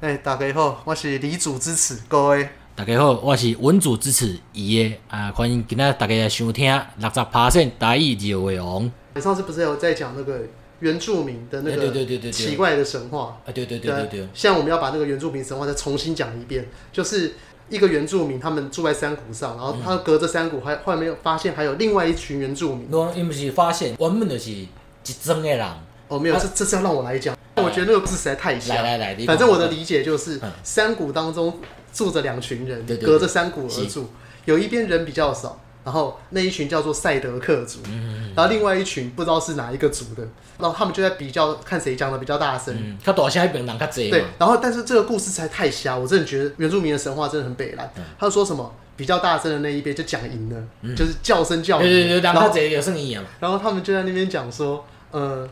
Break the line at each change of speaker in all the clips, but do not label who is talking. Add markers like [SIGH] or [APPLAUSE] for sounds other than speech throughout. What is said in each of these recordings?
哎、大家好，我是李主支持各位。
大家好，我是文主支持伊的啊，欢迎今仔大家收听六十 percent 台语二位王
上次不是有在讲那个原住民的那
对对对对
个
对对
奇怪的神话？
啊，对对对对对，
像我们要把那个原住民神话再重新讲一遍，就是一个原住民他们住在山谷上，然后他
嗯
隔着山谷还后来没有发现还有另外一群原住民。
我因不是发现原本就是一庄的人，
哦，没有，
啊
这这是要让我来讲，我觉得那个故事实在太像。
来来来你
反正
讲
我的理解就是
嗯，
山谷当中住着两群人
对，对对
隔着山谷而
是
住，有一边人比较少，然后那一群叫做赛德克
嗯
族，然后另外一群不知道是哪一个族的，然后他们就在比较看谁讲的比较大声。
嗯，较大声迄边人较济
对
嘛，，
然后但是这个故事才太瞎，我真的觉得原住民的神话真的很北蓝。
嗯
他说什么比较大声的那一边就讲赢了，就是叫声叫
对对对，
赢，
人
然
较
后
济就算伊啊嘛，
然后他们就在那边讲说，呃，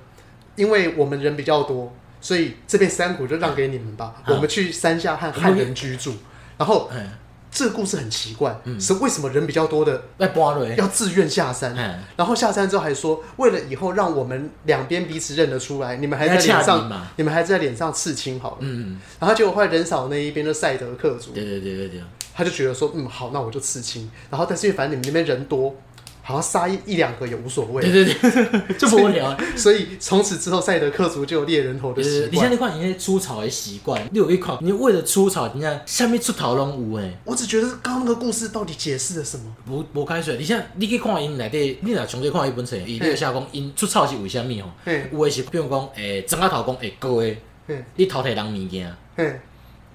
因为我们人比较多，所以这片山谷就让给你们吧，
嗯
我们去山下和汉人居住。然后
嗯，
这个故事很奇怪，是为什么人比较多的
要搬落，
要自愿下山？
嗯
然后下山之后还说，为了以后让我们两边彼此认得出来，你们还在
要
脸
恰你
上
嘛，
你们还在脸上刺青好了。
嗯，嗯
然后结果后来人少那一边就赛德克族，
对对对对对，
他就觉得说，嗯，好，那我就刺青。然后但是因为反正你们那边人多，好像杀一一两个也无所谓。
对对对，就无聊。
[LAUGHS] 所以从此之后，赛德克族就有猎人头的
就
习
是呃你像
惯。
你看，你那出草的习惯，你有一款，你为了出草，你看下面出头拢有诶。
我只觉得刚刚那个故事到底解释了什么？
无无开水，而且你去看因内底，你若详细看伊本册，伊就写讲因出草是为虾物吼
嘿？
有诶是比如讲，诶、欸，庄仔头讲会高诶，
嘿，
你偷摕人物件，啊，
嘿，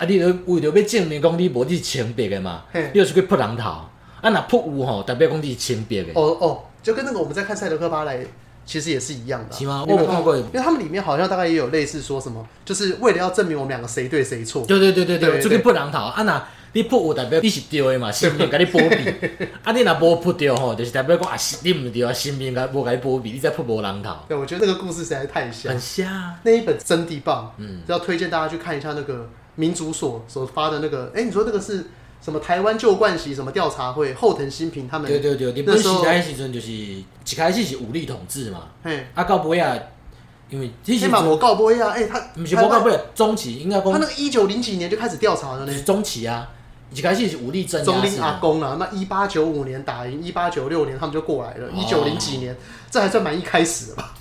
你就为着要证明讲你无你是清白诶嘛
嘿，
你就是去扑人头，啊，若扑有吼，代表讲你是清白诶。
哦哦，就跟那个我们在看《赛德克巴莱》其实也是一样的啊、
是吗
你有
我有看过
因为他们里面好像大概也有类似说什么，就是为了要证明我们两个谁对谁
[LAUGHS]
错。
对对对对
对对
对，出去扑人头，啊若你扑有代表你是对诶嘛，身边甲你保庇，啊你若无扑着吼，就是代表讲啊是你毋对啊，身边甲无甲你保庇，你再扑无人头，
对，我觉得那个故事实在太像
很。瞎啊。
那一本真谛棒，嗯，要推荐大家去看一下那个民族所所发的那个，哎、你说那个是什么？台湾旧冠喜什么调查会？后藤新平他们
对对对，日
那
本
时
时
候，
代的时阵就是一开始是武力统治嘛，
嘿，
啊到尾啊，因为迄时
黑马
阵
我告波呀，哎、他
毋是
台
无
湾啊
到尾中期应该
他那
讲
个一九零几年就开始调查了
是
呢。
中期啊，一开始是武力镇
中
压
林
是
阿
嘛，
公啊，那一八九五年打赢，一八九六年他们就过来了，一九
哦
零几年，这还算蛮一开始的吧？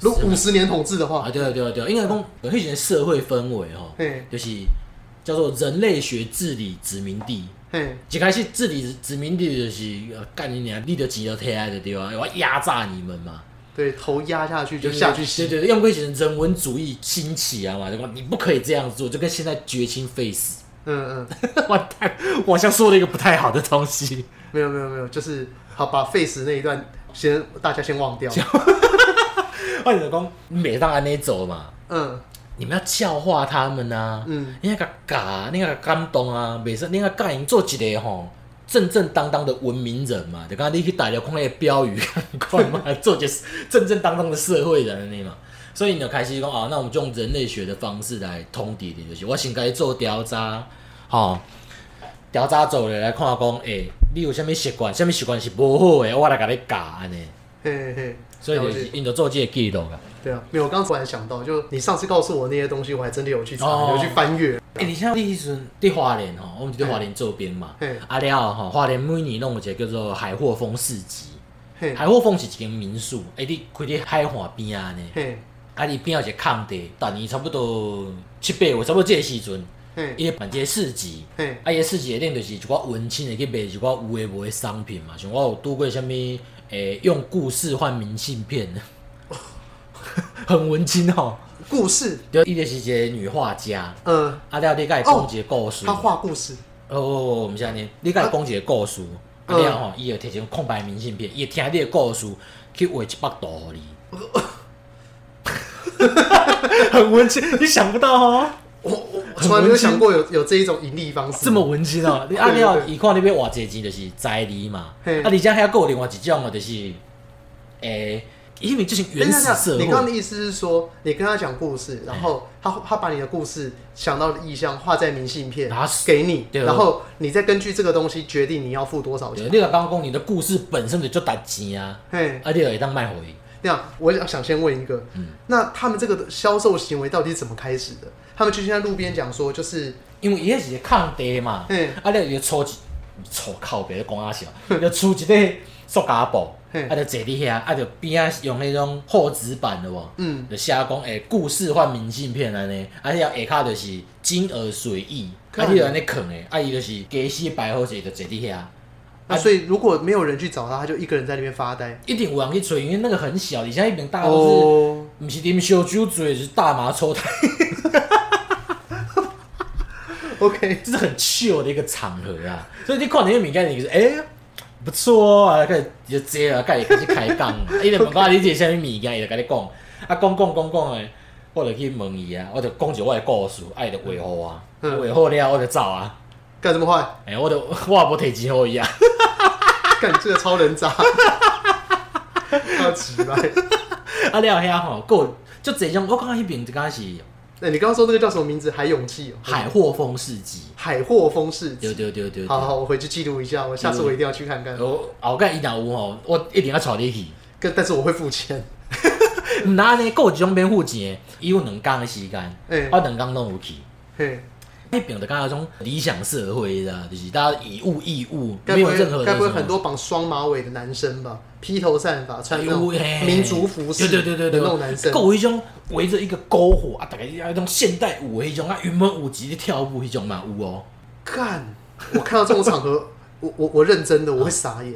如果
是
五十年统治的话
啊，对对对，应该讲迄时阵社会氛围吼
嘿，
就是叫做人类学治理殖民地。
嘿，
一开始治理殖民地就是呃干你娘，你的钱都摕来就对啊，我要压榨你们嘛，
对，头压下去就
对
下去
对
洗，
[LAUGHS] 对对，用过一时阵人文主义兴起啊嘛，就讲你不可以这样做，就跟现在绝情 face
嗯嗯，
[LAUGHS] 完蛋，我好像说了一个不太好的东 [LAUGHS] 西。
没有没有没有，就是好把 face 那一段先大家先忘掉，
我者讲，你每当安尼走嘛，
嗯
你们要教化他们啊，
嗯，
你要甲教，你要甲感动啊，袂使你要教因做一个吼正正当当的文明人嘛，就讲你去大陆看那个标语，看嘛，做一个 [LAUGHS] 正正当当的社会人安尼嘛。所以你就开始讲啊，那我们就用人类学的方式来通敌的，就是我先该做调查，吼、调查做了来看讲，诶、你有啥物习惯，啥物习惯是无好诶，我来甲你教安尼。
嘿嘿，
所以就
了
是
解
因就做这个记录啊。
对啊，没有，我刚刚突然想到，就你上次告诉我那些东西，我还真的有去查，
哦
有去翻阅，
欸，你像你迄阵伫花莲吼，哦我们伫花莲周边嘛
嘿，
啊了吼，花莲每年拢有一个叫做海货风市集。
嘿
海货风是一间民宿，欸，你开伫海岸边啊呢，
嘿
啊你边有一个空地，逐年差不多七八月，差不多这个时阵，
嘿
伊会办一个市集。
嘿，
啊，伊个市集一定就是一寡文青会去卖一寡有诶无诶商品嘛，像我有拄过啥物诶，用故事换明信
[LAUGHS]
片，很文青吼。
故事，
对，伊就是一个女画家，
嗯，
啊了你甲伊讲一个故事。
他画故事，
哦，我们安尼，你甲伊讲一个故事，啊
嗯
了吼，伊会摕一张空白明信片，伊会听你的故事去画一幅图互
[LAUGHS]
你。很文青，你想不到哦，
我我我从来没有想过有有这一种盈利方式，哎
这么文青哦。你啊
[LAUGHS] 对
了，
对
伊看你要画这钱就是财力嘛，
嘿
啊，而且还有另外一种哦，就是诶，因为这是
等
原
一
始
下
社
你刚刚的
会，
意思是说，你跟他讲故事，然后他他把你的故事想到的意象画在明信片
然后是
给你，
对
然后你再根据这个东西决定你要付多少
对
钱。
你若刚讲你的故事本身就就值钱啊，
嘿，
啊，你就会当卖互伊。嗯
那样我想先问一个，那他们这个销售行为到底是怎么开始的？他们就在路边讲说，就是
因为伊迄是空地嘛，
嗯
啊，你就抽一抽靠别咧讲啊笑，就抽一个塑胶布，
嗯
啊，就坐伫遐，啊，就边啊用迄种厚纸板的无，
嗯，
就写讲诶故事换明信片安尼，啊，迄个下骹就是金额随意，啊，
干
你就安尼囥诶，啊，伊就是家私摆好势，就坐伫遐，啊
那、所以如果没有人去找他，他就一个人在那边发呆。
一定有人去找，因为那个很小，而且迄边大家都是。
哦，
不是啉烧酒醉，是大麻抽台，
OK，
这是很 chill 的一个场合啊。所以你看到那个物件，你就是哎、不错哦啊，开始就这啊，开始开始开
[LAUGHS]
讲啊，伊就问我你这是啥物物件，伊就跟你讲，啊讲讲讲讲诶，我就去问伊啊，我就讲一个我的故事，啊伊就画好啊，
嗯
画好了我就走啊，
干什么坏？
诶、我就我也无提钱给
[LAUGHS]
伊啊，
干这个超人渣， [LAUGHS] 好奇怪。
啊了遐吼，够就这种，我感觉迄边就敢是
哎、你刚刚说那个叫什么名字？海勇气哦，
海货风市集，
海货风市
对
集。
对对对对，
嗯好好，我回去记录一下，我下次我一定要去看看。
我后盖伊若有吼，我一定要带你去。
但但是我会付钱。
毋那安尼，佫有一种免付钱的，伊有两工的时间，
嗯
我两工拢有去。
嘿，
迄边就敢若种理想社会你知道，就是大家以物易物，
该
没
不
有任
会
何
该
的
不会
什么
很多绑双马尾的男生吧？披头散发，穿那种
有嘿
民族服饰，
哎对对对对
那
对
种男生。
佫有迄种围着一个篝火啊，大概迄种现代舞的迄种啊，云门舞集咧跳舞迄种嘛有哦。
干！我看到这种场合，我我我认真的，我会傻眼。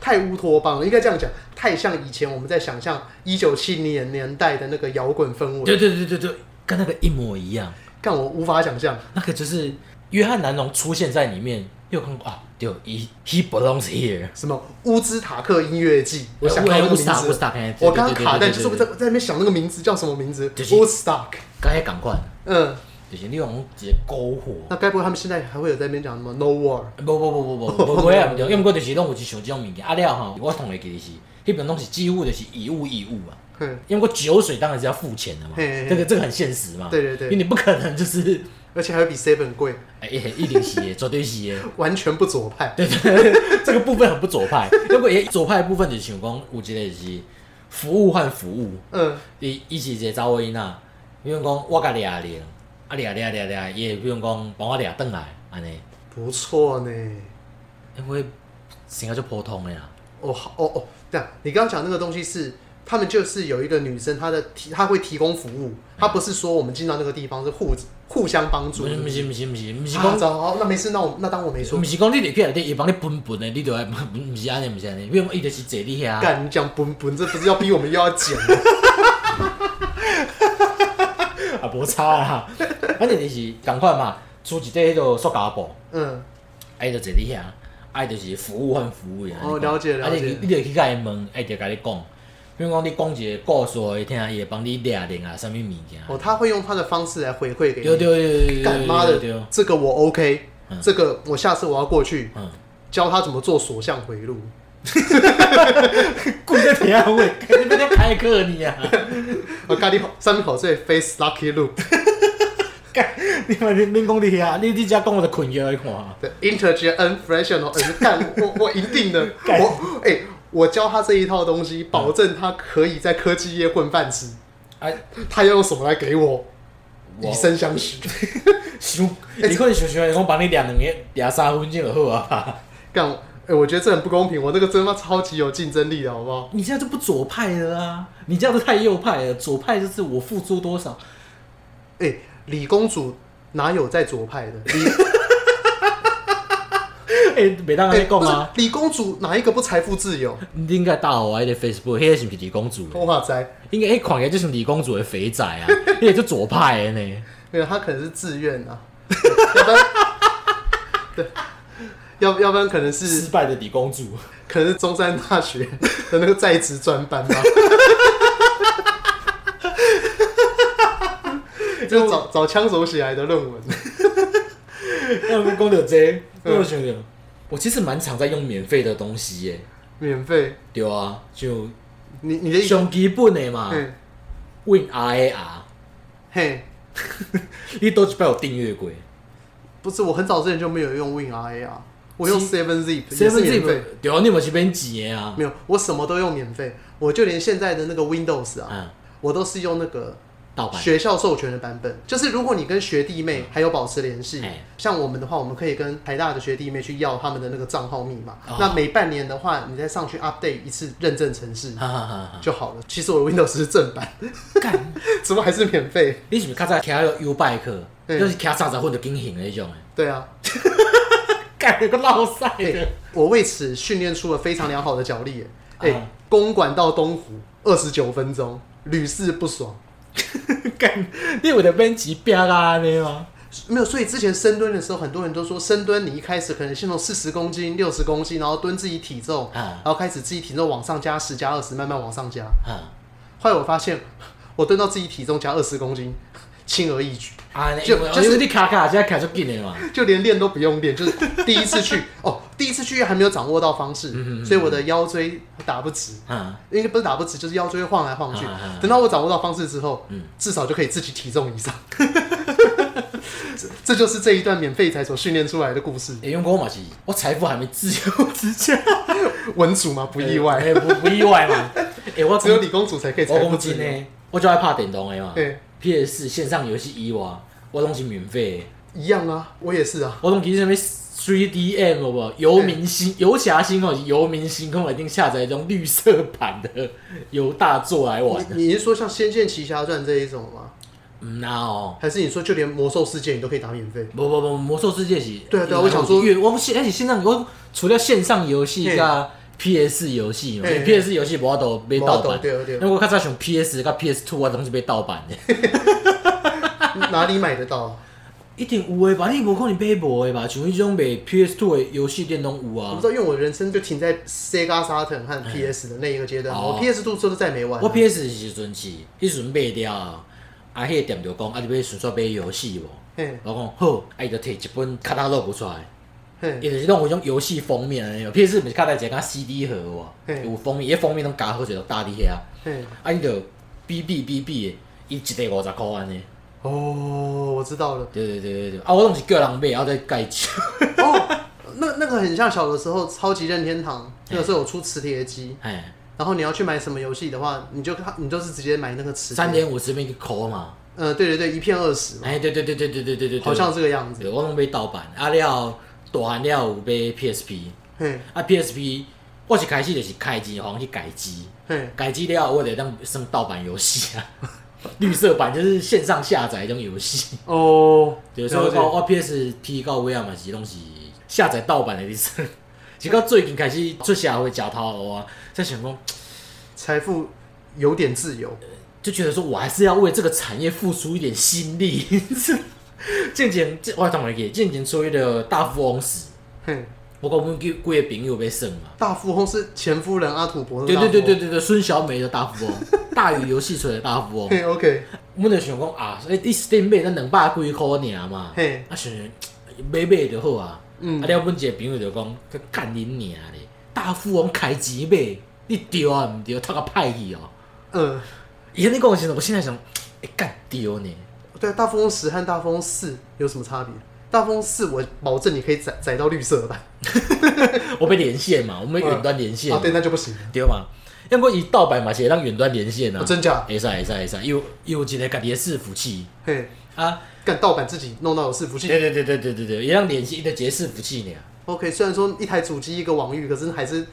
太乌托邦了，应该这样讲，太像以前我们在想象一九七零年年代的那个摇滚氛围
对，对对对对，跟那个一模一样。
干我无法想象。
那个就是约翰南龙出现在里面，你有看过啊？对，he he belongs here。
什么乌兹塔克音乐季？我想到那个名
呃乌兹塔乌兹
字
塔克，
我刚刚卡
对对对对对
在，就是
对
在在那边想那个名字叫什么名字
就是
乌兹塔克。
刚才赶快，
嗯，
就是你用一个篝火。
那该不会他们现在还会有在那边讲什么 No War？
无无无
[LAUGHS]
无无无无啊，毋对，要毋过就是拢有一像即种物件。啊了吼，我同会记得是，迄边拢是几乎就是以物易物啊。
哼，
因为酒水当然是要付钱的嘛，
嘿嘿嘿
这个这个很现实嘛。
对对对
因为你不可能就是
而且还会比 Seven 贵，
哎一一定是的，绝对是的。
完全不左派。
对对，对 [LAUGHS] 这个部分很不左派。如果也左派的部分就是想讲，有一个就是服务换服务，
嗯，
伊伊是一个查某囡仔，比如讲我甲掠掠，啊掠掠掠掠，伊会比如讲帮我掠转来安尼，
不错呢。
因为生活就普通的啊啦。
哦，好，哦哦，这样，你刚刚讲那个东西是，他们就是有一个女生，她的提，她会提供服务，她不是说我们进到那个地方是互互相帮助，
不是不
是
是不是不是不是
啊
讲，
好，好那没事，那我那当我没说
不。是讲你入去内底，伊帮你分分的，你就爱，不不是安尼，不是安尼，比如讲伊就是坐你遐，
干，你讲本本，这不是要逼我们又要剪吗？ [LAUGHS]
啊无差 [LAUGHS] 啦，反正就是共款嘛，出一块迄个塑胶布，
嗯，
啊伊就坐你遐，啊伊就是服务换服务的。
哦了解了
啊
解
你你就去甲伊问，啊伊就甲你讲，比如讲你讲一个故事互伊听，伊会帮你掠定啊，啥物物件。
哦，他会用他的方式来回馈给
对
你。
对对对
干
对
妈
对对对
的，，这个我 OK，
嗯
这个我下次我要过去
[LAUGHS] 嗯，
教他怎么做所向回路。
跪在平安位， [LAUGHS] 你不要开课你啊！
我咖喱三明口最 face lucky loop
[LAUGHS] 你嘛你免讲你遐，你你只讲我就困起来看。
的 intergender and professional，呃干我我一定的，我哎、我教他这一套东西，保证他可以在科技业混饭吃。
哎，
他要用什么来给我？
我
以身相许。 [LAUGHS]
想，你可能想想，我帮你两两个两三分钟就好啊。
干，哎、我觉得这很不公平，我那个真的超级有竞争力的，好不好？
你这样就不左派了啊！你这样就太右派了。左派就是我付出多少，
哎、李公主哪有在左派的？李
[LAUGHS] 哎、每当安
哎
尼讲
不是
啊，
李公主哪一个不财富自由？
你应该打我迄个 Facebook，迄个是毋是李公主的？
我塞！
应该迄看起来就是李公主的肥仔啊， [LAUGHS] 迄个就左派的呢。
没有，他可能是自愿啊，要不然， [LAUGHS] 对，要要不然可能是
[LAUGHS] 失败的李公主，
可能是中山大学的那个在职专班吧。就是找找枪手写来的论文，
要不讲到这个，我有想着，我其实蛮常在用免费的东西耶、
免费。
对啊，就
你你的意思，
上基本的嘛
嗯，
，Win R A R，
嘿，
你都一摆有订阅过。
不是，我很早之前就没有用 WinRA 啊，我用 Seven Zip 也是
Seven
免费，
对啊，你嘛是免钱的啊
没。有，我什么都用免费，我就连现在的那个 Windows 啊，
嗯，
我都是用那个
盗版，
学校授权的版本，就是如果你跟学弟妹还有保持联系
嗯哎，
像我们的话，我们可以跟台大的学弟妹去要他们的那个账号密码
哦。
那每半年的话，你再上去 update 一次认证程式
哈哈哈哈！
就好了。其实我的 Windows 是正版，
干，
[LAUGHS] 怎么还是免费？
你是不是较早骑迄 U bike，
嗯
就是骑三十分就紧行的迄种的？
对啊，
干，有个落塞的
哎，我为此训练出了非常良好的脚力耶。哎、
啊
公馆到东湖二十九分钟，屡试不爽。
干，你有得编辑拼啊安尼吗？
没有，所以之前深蹲的时候，很多人都说深蹲你一开始可能先从四十公斤、六十公斤，然后蹲自己体重，
啊
然后开始自己体重往上加十加二十，慢慢往上加。
啊，
后来我发现，我蹲到自己体重加二十公斤，轻而易举，
安尼，
就
啊因为
就是
因为你卡卡，现在卡足紧的嘛。
就连练都不用练，就是第一次
[LAUGHS]
去哦，第一次去还没有掌握到方式，所以我的腰椎打不直。
啊，
应该不是打不直，就是腰椎晃来晃去
啊啊啊。
等到我掌握到方式之后
嗯，
至少就可以自己体重
[LAUGHS]
以上。这这就是这一段免费才所训练出来的故事。
因为我嘛是，我财富还没自由之前，
文主嘛，不意外，
[LAUGHS] 哎，不不意
[LAUGHS]
外嘛。哎，我
只有理工组才可以
我
财富
讲
自
真
由。
呢，我就爱拍电动的嘛。
对，
PS 线上游戏以外，我拢是免费的。
一样啊，我也是啊。
我拢其实什么 3DM 有无？哦游民星、游侠星哦，游民星空一定下载一种绿色版的游大作来玩。
你你是说像《仙剑奇侠传》这一种吗？
嗯呐哦，
还是你说就连《魔兽世界》你都可以打免费？
不不不，魔兽世界是。
对啊对啊我想说
越我现而且现在我除了线上游戏
嘿
加 PS 游戏嘛
嘿嘿
，PS 游戏无都被盗版
没。有对对
[LAUGHS] 因为我较早想 PS 甲 PS Two 我拢是被盗版的。
对，哪里买得
[LAUGHS]
到？
一定有的吧？你无可能买无的吧？像迄种卖 PS Two 的游戏店拢有
我不
啊
知。道，因为我人生就停在 Sega Saturn 和 PS 的那一个阶段，
嗯哦
我 PS Two 之后就再没玩了。
我 PS 时阵是，迄时阵卖掉，啊，迄个店就讲，啊，你要顺续买游戏无？
嘿
我讲好，啊，伊就摕一本卡拉 log 出来，
嘿
伊就是弄有迄种游戏封面安尼，PS 毋是卡带一个敢 CD 盒
嘿
无？有封面，伊封面拢加好一个大伫遐，
嘿。
啊，伊就比比比比的，伊一个五十箍安尼。
哦，我知道了。
对对对对对，啊，我拢是叫人买，然后再改酒。 [LAUGHS]
哦，那那个很像小的时候超级任天
嗯
堂，那个时候有出磁铁机，
哎，
然后你要去买什么游戏的话，你就看你就是直接买那个磁
三
铁。
点五十面去扣嘛。
呃，对对对，一片二十嘛，
哎，对对对对对对对对，对
好像这个样子。
对，我拢买盗版，啊了大汉了有买 PSP。
嘿，
啊，PSP 我是开始就是开机，好像去改机，
嘿，
改机了我得当算盗版游戏啊，绿色版就是线上下载一种游戏。
哦，
对，所以
了
讲
解
我 PSP 到尾啊嘛是拢是下载盗版的意思。是到最近开始出社会夹头啊，才想讲，
财富有点自由，
就觉得说我还是要为这个产业付出一点心力。 [LAUGHS] 渐渐，这我当然记，渐渐出迄个大富翁时，
嘿，
我讲阮几几个朋友要算嘛，
大富翁是前夫人阿土伯的
对
大富
对
翁，
对对对对，孙小美的大富翁，大宇游戏出的大富翁，
嘿，OK，
阮就想讲啊，你你 Steam 买咱两百几箍尔嘛，
嘿，
啊想想买买就好啊。
嗯
啊了，阮一个朋友就讲，佮干恁娘咧，大富翁开钱买，你对啊毋对？读个歹去哦。
嗯，
以前你讲的时阵，我现在想，会干对呢。
对，大富翁十和大富翁四有什么差别？大富翁四我保证你可以载载到绿色版，
我被连线嘛，我们远端连线
啊
嘛，，
对，那就不行了，
对嘛。因为伊盗版嘛是会让远端连线啊
哦，真假？
会使会使会使，伊有伊有一个家己的伺服器
嘿，
啊。
干盗版自己弄到有伺服器
对对对对对对对，一样联系一个节伺服器呢。
OK，虽然说一台主机一个网域，可是还是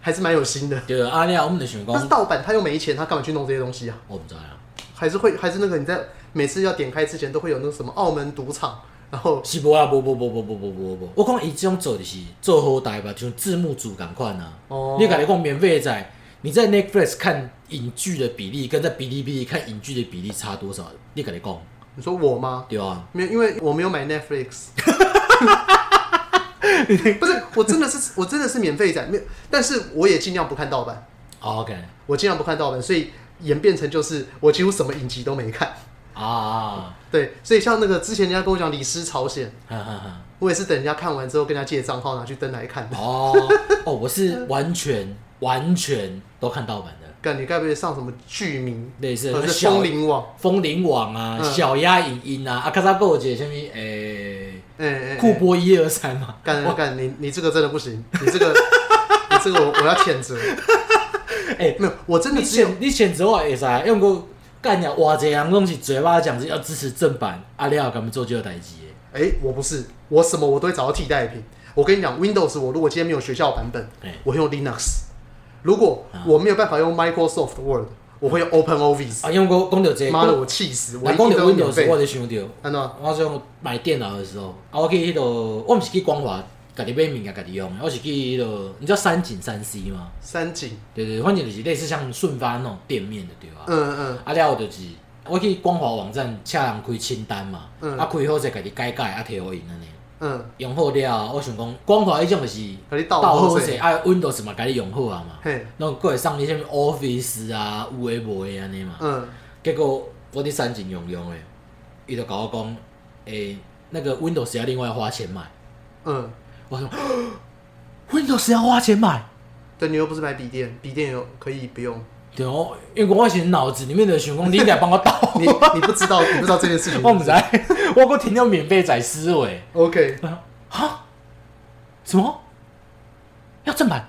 还是蛮有心的。
对啊，了我们的想
但是
讲，
盗版他又没钱，他干嘛去弄这些东西啊？
我不知道啊，
还是会还是那个你在每次要点开之前都会有那个什么澳门赌场，然后
是无啊，无无无无无无无无，我讲伊这种做就是做好代吧，像字幕组赶款啊。
哦
你感觉讲免费的仔，你在 Netflix 看影剧的比例跟在哔哩哔哩看影剧的比例差多少？你感觉讲
你说我吗？
对啊？
没有，因为我没有买 Netflix。不是，我真的是我真的是免费仔，没有，但是我也尽量不看盗版，
哦 OK
我尽量不看盗版，所以演变成就是我几乎什么影集都没看。
啊啊，
对，所以像那个之前人家跟我讲《李斯朝鲜》，
哈哈哈。
我也是等人家看完之后跟人家借账号拿去登来看的。
哦哦，我是完全完全都看盗版的，
干，你该不会上什么剧名，
类似
或者哦是
小
风铃网？
风铃网啊、
嗯
小鸭影音啊、啊，卡萨购姐什么诶、
哎哎，哎
酷播一二三嘛，
干干，你你这个真的不行，你这个你这个我我要谴责。
[LAUGHS] 哎
没有，我真的
你
只有
啊选你选择我会使，用过干呀，哇，这人拢是嘴巴讲是要支持正版，啊，你要干嘛做这个代志的？
哎、我不是，我什么我都会找到替代品。我跟你讲，Windows 我如果今天没有学校版本，
哎啊
我用 Linux。如果我没有办法用 Microsoft Word，我会用 Open Office。
啊，因为我讲到这
妈的，
个，
我气死！我
那
一
讲
定
到
都用免
Windows，我
费。
就想到。啊
安怎？
我想买电脑的时候，啊，我去迄、那个，我毋是去光华，家己买物件家己用的，我是去迄、那个，你知道三井三 C 吗？
三井，
对对对反正就是类似像顺发那种店面的对吧？
嗯嗯，
啊了后就是，我去光华网站请人开清单嘛，
嗯
啊开好者家己改改啊摕互因安尼，
嗯，
用好了，我想讲光华迄种就是
把你倒
倒好
好
势，
势。
啊 Windows 嘛家己用好啊嘛，
嘿，
那过会送你啥物 Office 啊，有诶无诶安尼嘛。
嗯，
结果我伫三井用用诶，伊就甲我讲，诶、那个 Windows 要另外花钱买。
嗯，
我说 [GASPS] Windows 要花钱买，
但你又不是买笔电，笔电有可以不用。
对哦，因为我以前脑子里面的想讲，你得帮我倒，
[LAUGHS]
[LAUGHS]
你你不知道，你不知道这件事情。
我毋知， [LAUGHS] 我搁停留免费仔思维。
OK，
我说哈？什么？要正版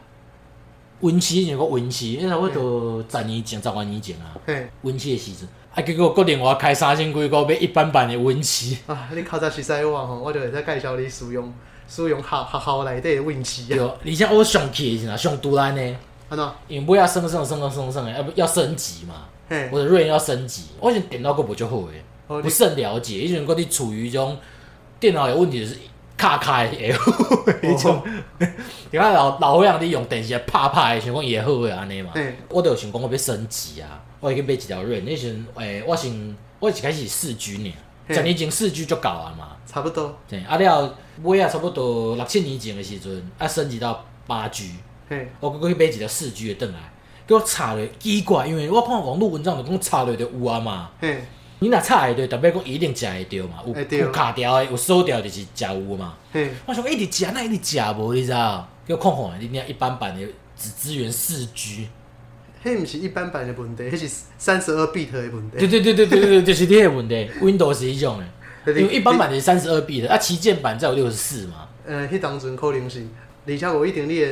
？Win7 有个 Win7，那我都十年前、十万年前啊
嘿，
，Win7 的时阵，啊，结果个另外开三千几箍买一般版的 Win7。
啊，你考察实在话吼，我就会使介绍你使用使用学学校内底的 Win
对，
七啊，
而且我上去的时候啊上突然呢，
安怎？
因为要升升升升升升的，要啊不要升级嘛？
嘿，
我的瑞恩要升级，我以前电脑个不就好诶，
哦你
不甚了解，以前我伫处于一种电脑有问题就是卡卡的会好
哦
的那种， [LAUGHS] 你看老老伙仔伫用电视啊拍拍的，想讲伊会好诶安尼嘛
嘿，
我就想讲我要升级啊，我会去买一条瑞恩，那时阵诶、我先我一开始四 G 呢，
嘿
十年前四 G 就够啊嘛，
差不多。
对，啊了尾啊差不多六七年前的时阵，啊升级到八 G。
嘿，
我搁去买一个四 G 的转来，给我查落奇怪，因为我看网络文章就讲查落就有啊嘛。
嘿，
你若查会着，代表讲伊一定食会着嘛，有
会对
有卡掉的，有锁掉的就是食有嘛。
嘿，
我想一直食，那一直食无，你知道？叫我看看，你那一般版的只支援四 G。
迄毋是一般版的问题，迄是三十二 bit 的问
对
题。
对对对对对，就是你的问题。Windows 是一种的，
对对
因为一般版的是三十二 bit 的，啊，旗舰版才有六十四嘛。
呃，迄当阵可能是，而且我一定你的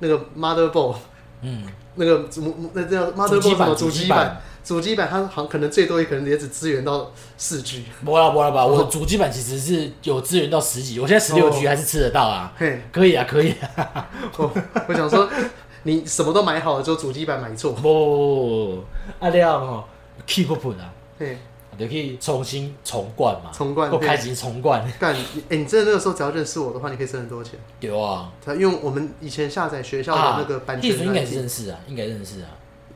那个 motherboard，
嗯，
那个主那叫
主
motherboard 什
机版
么主机版，主机版它好像可能最多也可能也只支援到四 G。
无啦无啦吧，我主机版其实是有支援到十几，我现在十六 G 还是吃得到啊。
嘿，
可以啊，可以啊，
我我想说，你什么都买好了，之后主机版买错。
不，啊了吼，气不喷啊，
嘿，
就去重新重灌嘛，
重灌
我
对
开始重灌，
干，你哎，你真的那个时候只要认识我的话，你可以省很多钱。
对啊，
对因为我们以前下载学校的
啊
那个版
那时
权
候应该
软
是
件，
认识啊，应该认识啊，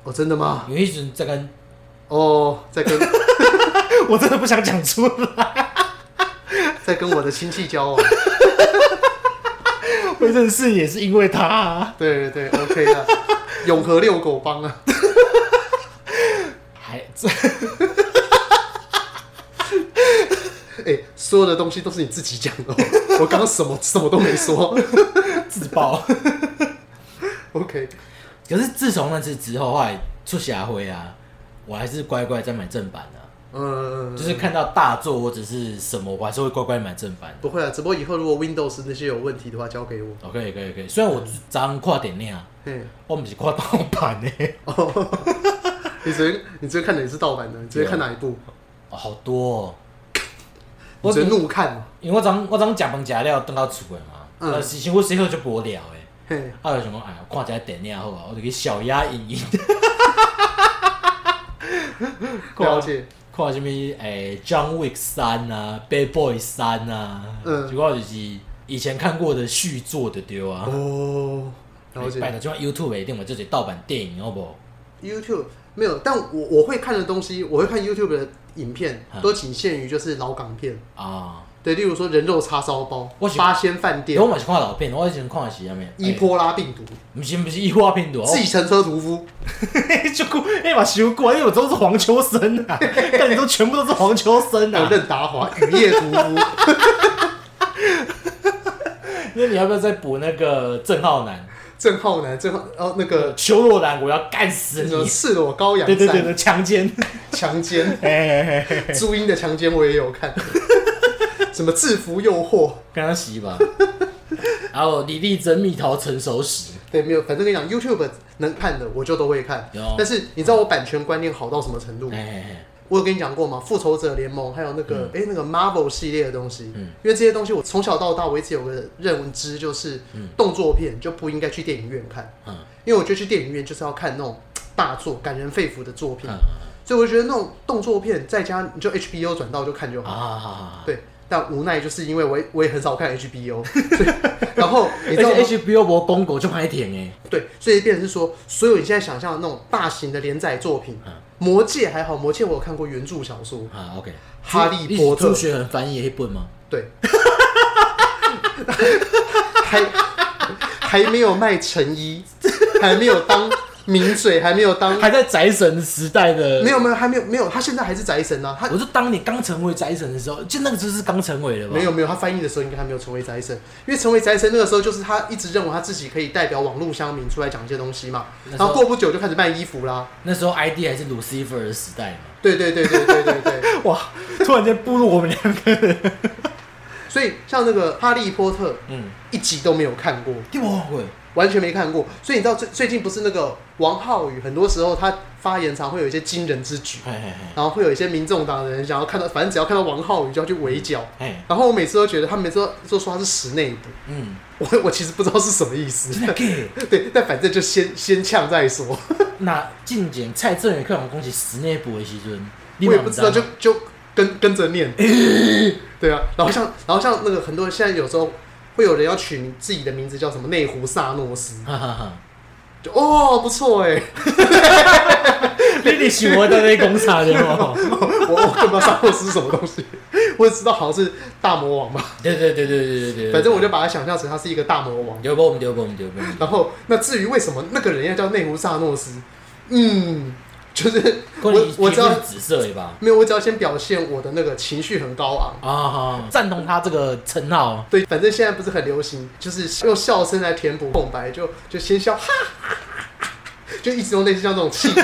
哦，真的吗？
因为那时候在跟，
哦，在跟
我真的不想讲出来，
在跟我的亲戚交往。
会认识也是因为他、啊，
对对对，OK 的，永和遛狗帮啊，
还这
哎、所有的东西都是你自己讲的、哦，我刚刚什么什么都没说。
自爆。
OK，
可是自从那次之后，后来出社会啊，我还是乖乖在买正版的、
嗯，
就是看到大作或者是什么，我还是会乖乖买正版的。
不会啊，只不过以后如果 Windows 那些有问题的话，交给我。
哦，可以可以可以，虽然我早上跨点亮，
嘿，
我不是跨盗版的。
你直接你直接看哪是盗版的，你直接看哪一部，
哦，好多、哦。
[COUGHS] 你
我
直接怒看。
因为我昨我昨食饭食了，等到厝的嘛，
嗯
呃、是想我洗好就无聊的，
嘿，
啊，就想讲，哎呀，看一下电影好啊，我就去小鸭影音。
了解。
看什么诶、John Wick 三》啊，《Bad Boy 三》啊，
嗯
结果就是以前看过的续作的对啊。
哦，了
拜
解。
托，就像 YouTube 一定嘛，就是盗版电影，好不好？
YouTube 没有，但我我会看的东西，我会看 YouTube 的影片，
嗯
都仅限于就是老港片。
啊，
对，例如说人肉叉烧包
我、喜
八仙饭
因
店
为、我嘛是看老片，我以前看的是啥物？
伊波拉病毒、
欸，不是不是伊波片毒，
计程车屠夫。
[LAUGHS] 就过，哎嘛修过，因为我都是黄秋生啊， [LAUGHS] 但你都全部都是黄秋生
还有
啊。
任达华、雨夜屠夫，
[LAUGHS]
[LAUGHS]
那你要不要再补那个郑浩南、
郑浩南、郑浩哦那个
邱若兰？我要干死
什
你！
么赤裸羔羊
[LAUGHS] 对对对
山
对，
[LAUGHS]
强奸！
强奸，
哎哎哎，
朱茵的强奸我也有看， [LAUGHS] 什么制服诱惑，
刚刚洗吧。然后李丽珍蜜桃成熟时，
对，没有，反正跟你讲，YouTube 能看的我就都会看
有。
但是你知道我版权观念好到什么程度？
哎哎
我有跟你讲过吗？复仇者联盟还有那个哎、诶那个 Marvel 系列的东西，
嗯
因为这些东西我从小到大我一直有个认知，就是、动作片就不应该去电影院看，
哎，嗯
因为我觉得去电影院就是要看那种大作、感人肺腑的作品，
嗯
所以我觉得那种动作片在家你就 HBO 转到就看就
嗯
好。
啊，好好好
对，但无奈就是因为我也我也很少看 [LAUGHS] HBO，所以然后你
而
知道吗
且 HBO 播公狗就拍甜哎，
对，所以变成是说，所有你现在想象的那种大型的连载作品，
嗯
魔戒》还好，《魔戒》我有看过原著小说，
啊，OK，
哈利波特
朱学恒翻译的那本吗？
对， [LAUGHS] 还还没有卖成衣，还没有当名嘴，还没有当，
[LAUGHS] 还在宅神时代的
没，有没有还没有没有，他现在还是宅神啊，他
我就当你刚成为宅神的时候，就那个就是刚成为了吧？
没有没有，他翻译的时候应该还没有成为宅神，因为成为宅神那个时候就是他一直认为他自己可以代表网络乡民出来讲一些东西嘛，
那时
然
候
后过不久就开始卖衣服啦，
那时候 ID 还是 Lucifer 的时代嘛。
对对对对对对对。
[LAUGHS] 哇，突然间步入我们 [LAUGHS] 两个，
所以像那个《哈利波特》
嗯，
一集都没有看过，
对不？
完全没看过。所以你知道最最近不是那个王浩宇，很多时候他发言常会有一些惊人之举，
嘿嘿嘿，
然后会有一些民众党的人想要看到，反正只要看到王浩宇就要去围剿。
哎，
然后我每次都觉得他们每次都都说他是室内的，
嗯，
我我其实不知道是什么意思。
真的 gay。
[LAUGHS] 对，但反正就先先呛再说，
那进前蔡正元克朗攻击室内部的时阵，你
我也
嘛
不知道，就
吗
就跟跟着念。 [LAUGHS] 对啊，然后像然后像那个很多人现在有时候会有人要取你自己的名字叫什么内湖萨诺斯，
哈哈哈，
就哦，不错哎，
你你想我在那讲啥的 [LAUGHS] 哦？
我我根本不知道萨诺斯是什么东西，我只知道好像是大魔王吧，
对对对对对对对，
反正我就把它想象成他是一个大魔王。
丢波，我们丢波，我们丢波。
然后那至于为什么那个人要叫内湖萨诺斯，嗯，就是
关于
我我知道
皮肤是紫色的吧？
没有，我只要先表现我的那个情绪很高昂。
啊哈，赞同他这个称号。
对，反正现在不是很流行，就是用笑声来填补空白，就就先笑，哈哈哈哈就一直用类似像这种气音。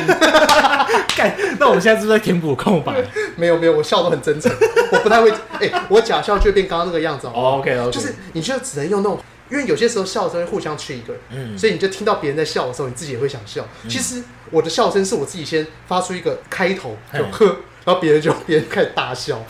干，那我们现在是不是在填补空白
没有没有，我笑都很真诚，我不太会，哎、我假笑就会变刚刚那个样子哦。
？OK OK，
就是你就只能用那种，因为有些时候笑声会互相 trigger，
嗯
所以你就听到别人在笑的时候，你自己也会想笑。其实我的笑声是我自己先发出一个开头，就
嗯
呵，然后别人就别人开始大
[LAUGHS]
笑，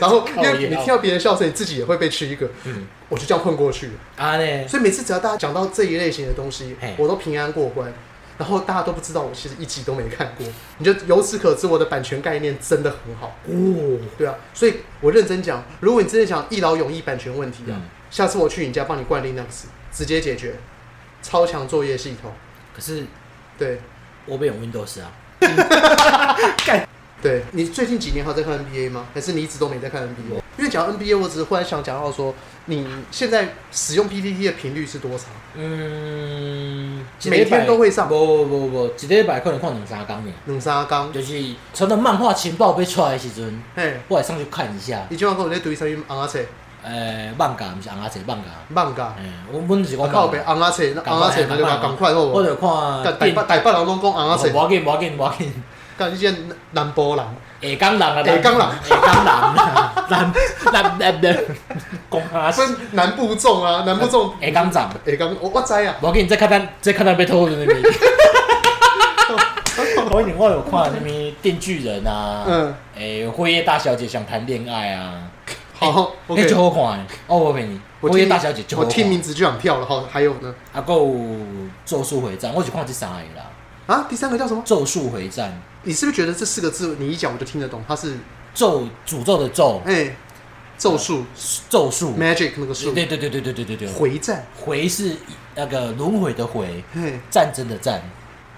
然后因
靠
为
腰
你听到别人笑声，你自己也会被 trigger，
嗯
我就这样混过去了。
啊嘞，
所以每次只要大家讲到这一类型的东西
嘿，
我都平安过关。然后大家都不知道我其实一集都没看过，你就由此可知我的版权概念真的很好。
哦，
对啊，所以我认真讲，如果你真的想一劳永逸版权问题啊，
嗯
下次我去你家帮你灌 Linux，直接解决，超强作业系统，
可是
对
我被用 Windows 啊，
对。你最近几年还有在看 NBA 吗？还是你一直都没在看 NBA？因为讲到 NBA，我只是忽然想讲到说，你现在使用 PPT 的频率是多少？
嗯，
每天都会上
不不不不，一礼拜可能看两三工呢。
冷沙缸，
就是传统漫画情报被出来的时阵，
嘿，
我会上去看一下。
你今晚跟我在读什么昂阿切、
呃，漫画不是红阿姐漫画，
漫画？
嗯，我本是
我
我
啊靠北昂阿切，那昂阿切那就把赶快好
我
不好？
就看
台
电
北，台北人拢讲昂阿切
无，要紧无要紧无要紧，
干你这南波人。
下江人啊，
下港人
下江人啊，南南南南，讲下
分南部重啊，南部重。
下江站，
哎，刚我我知啊，
无要紧，再看咱再看咱被偷的那边。 [LAUGHS] 我以前我有看什么电锯人啊，
嗯，
诶，辉夜大小姐想谈恋爱啊，
好
那
，OK
就。好看的。哦，我陪你，
我
辉夜
听
大小姐就好
我
看。
听名字就想跳了哈。还有呢？
啊，够咒术回战，我就看这三个啦。
啊，第三个叫什么？
咒术回战，
你是不是觉得这四个字你一讲我就听得懂？它是
咒诅咒的咒，
哎，咒术
咒术。
magic 那个术，
对对对对对对对对。
回战，
回是那个轮回的回，
嘿，
战争的战，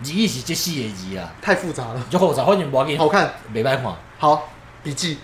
字是这四个字啊。
太复杂了。
就后场，反正无要紧，
好看，
袂歹看，
好，笔记。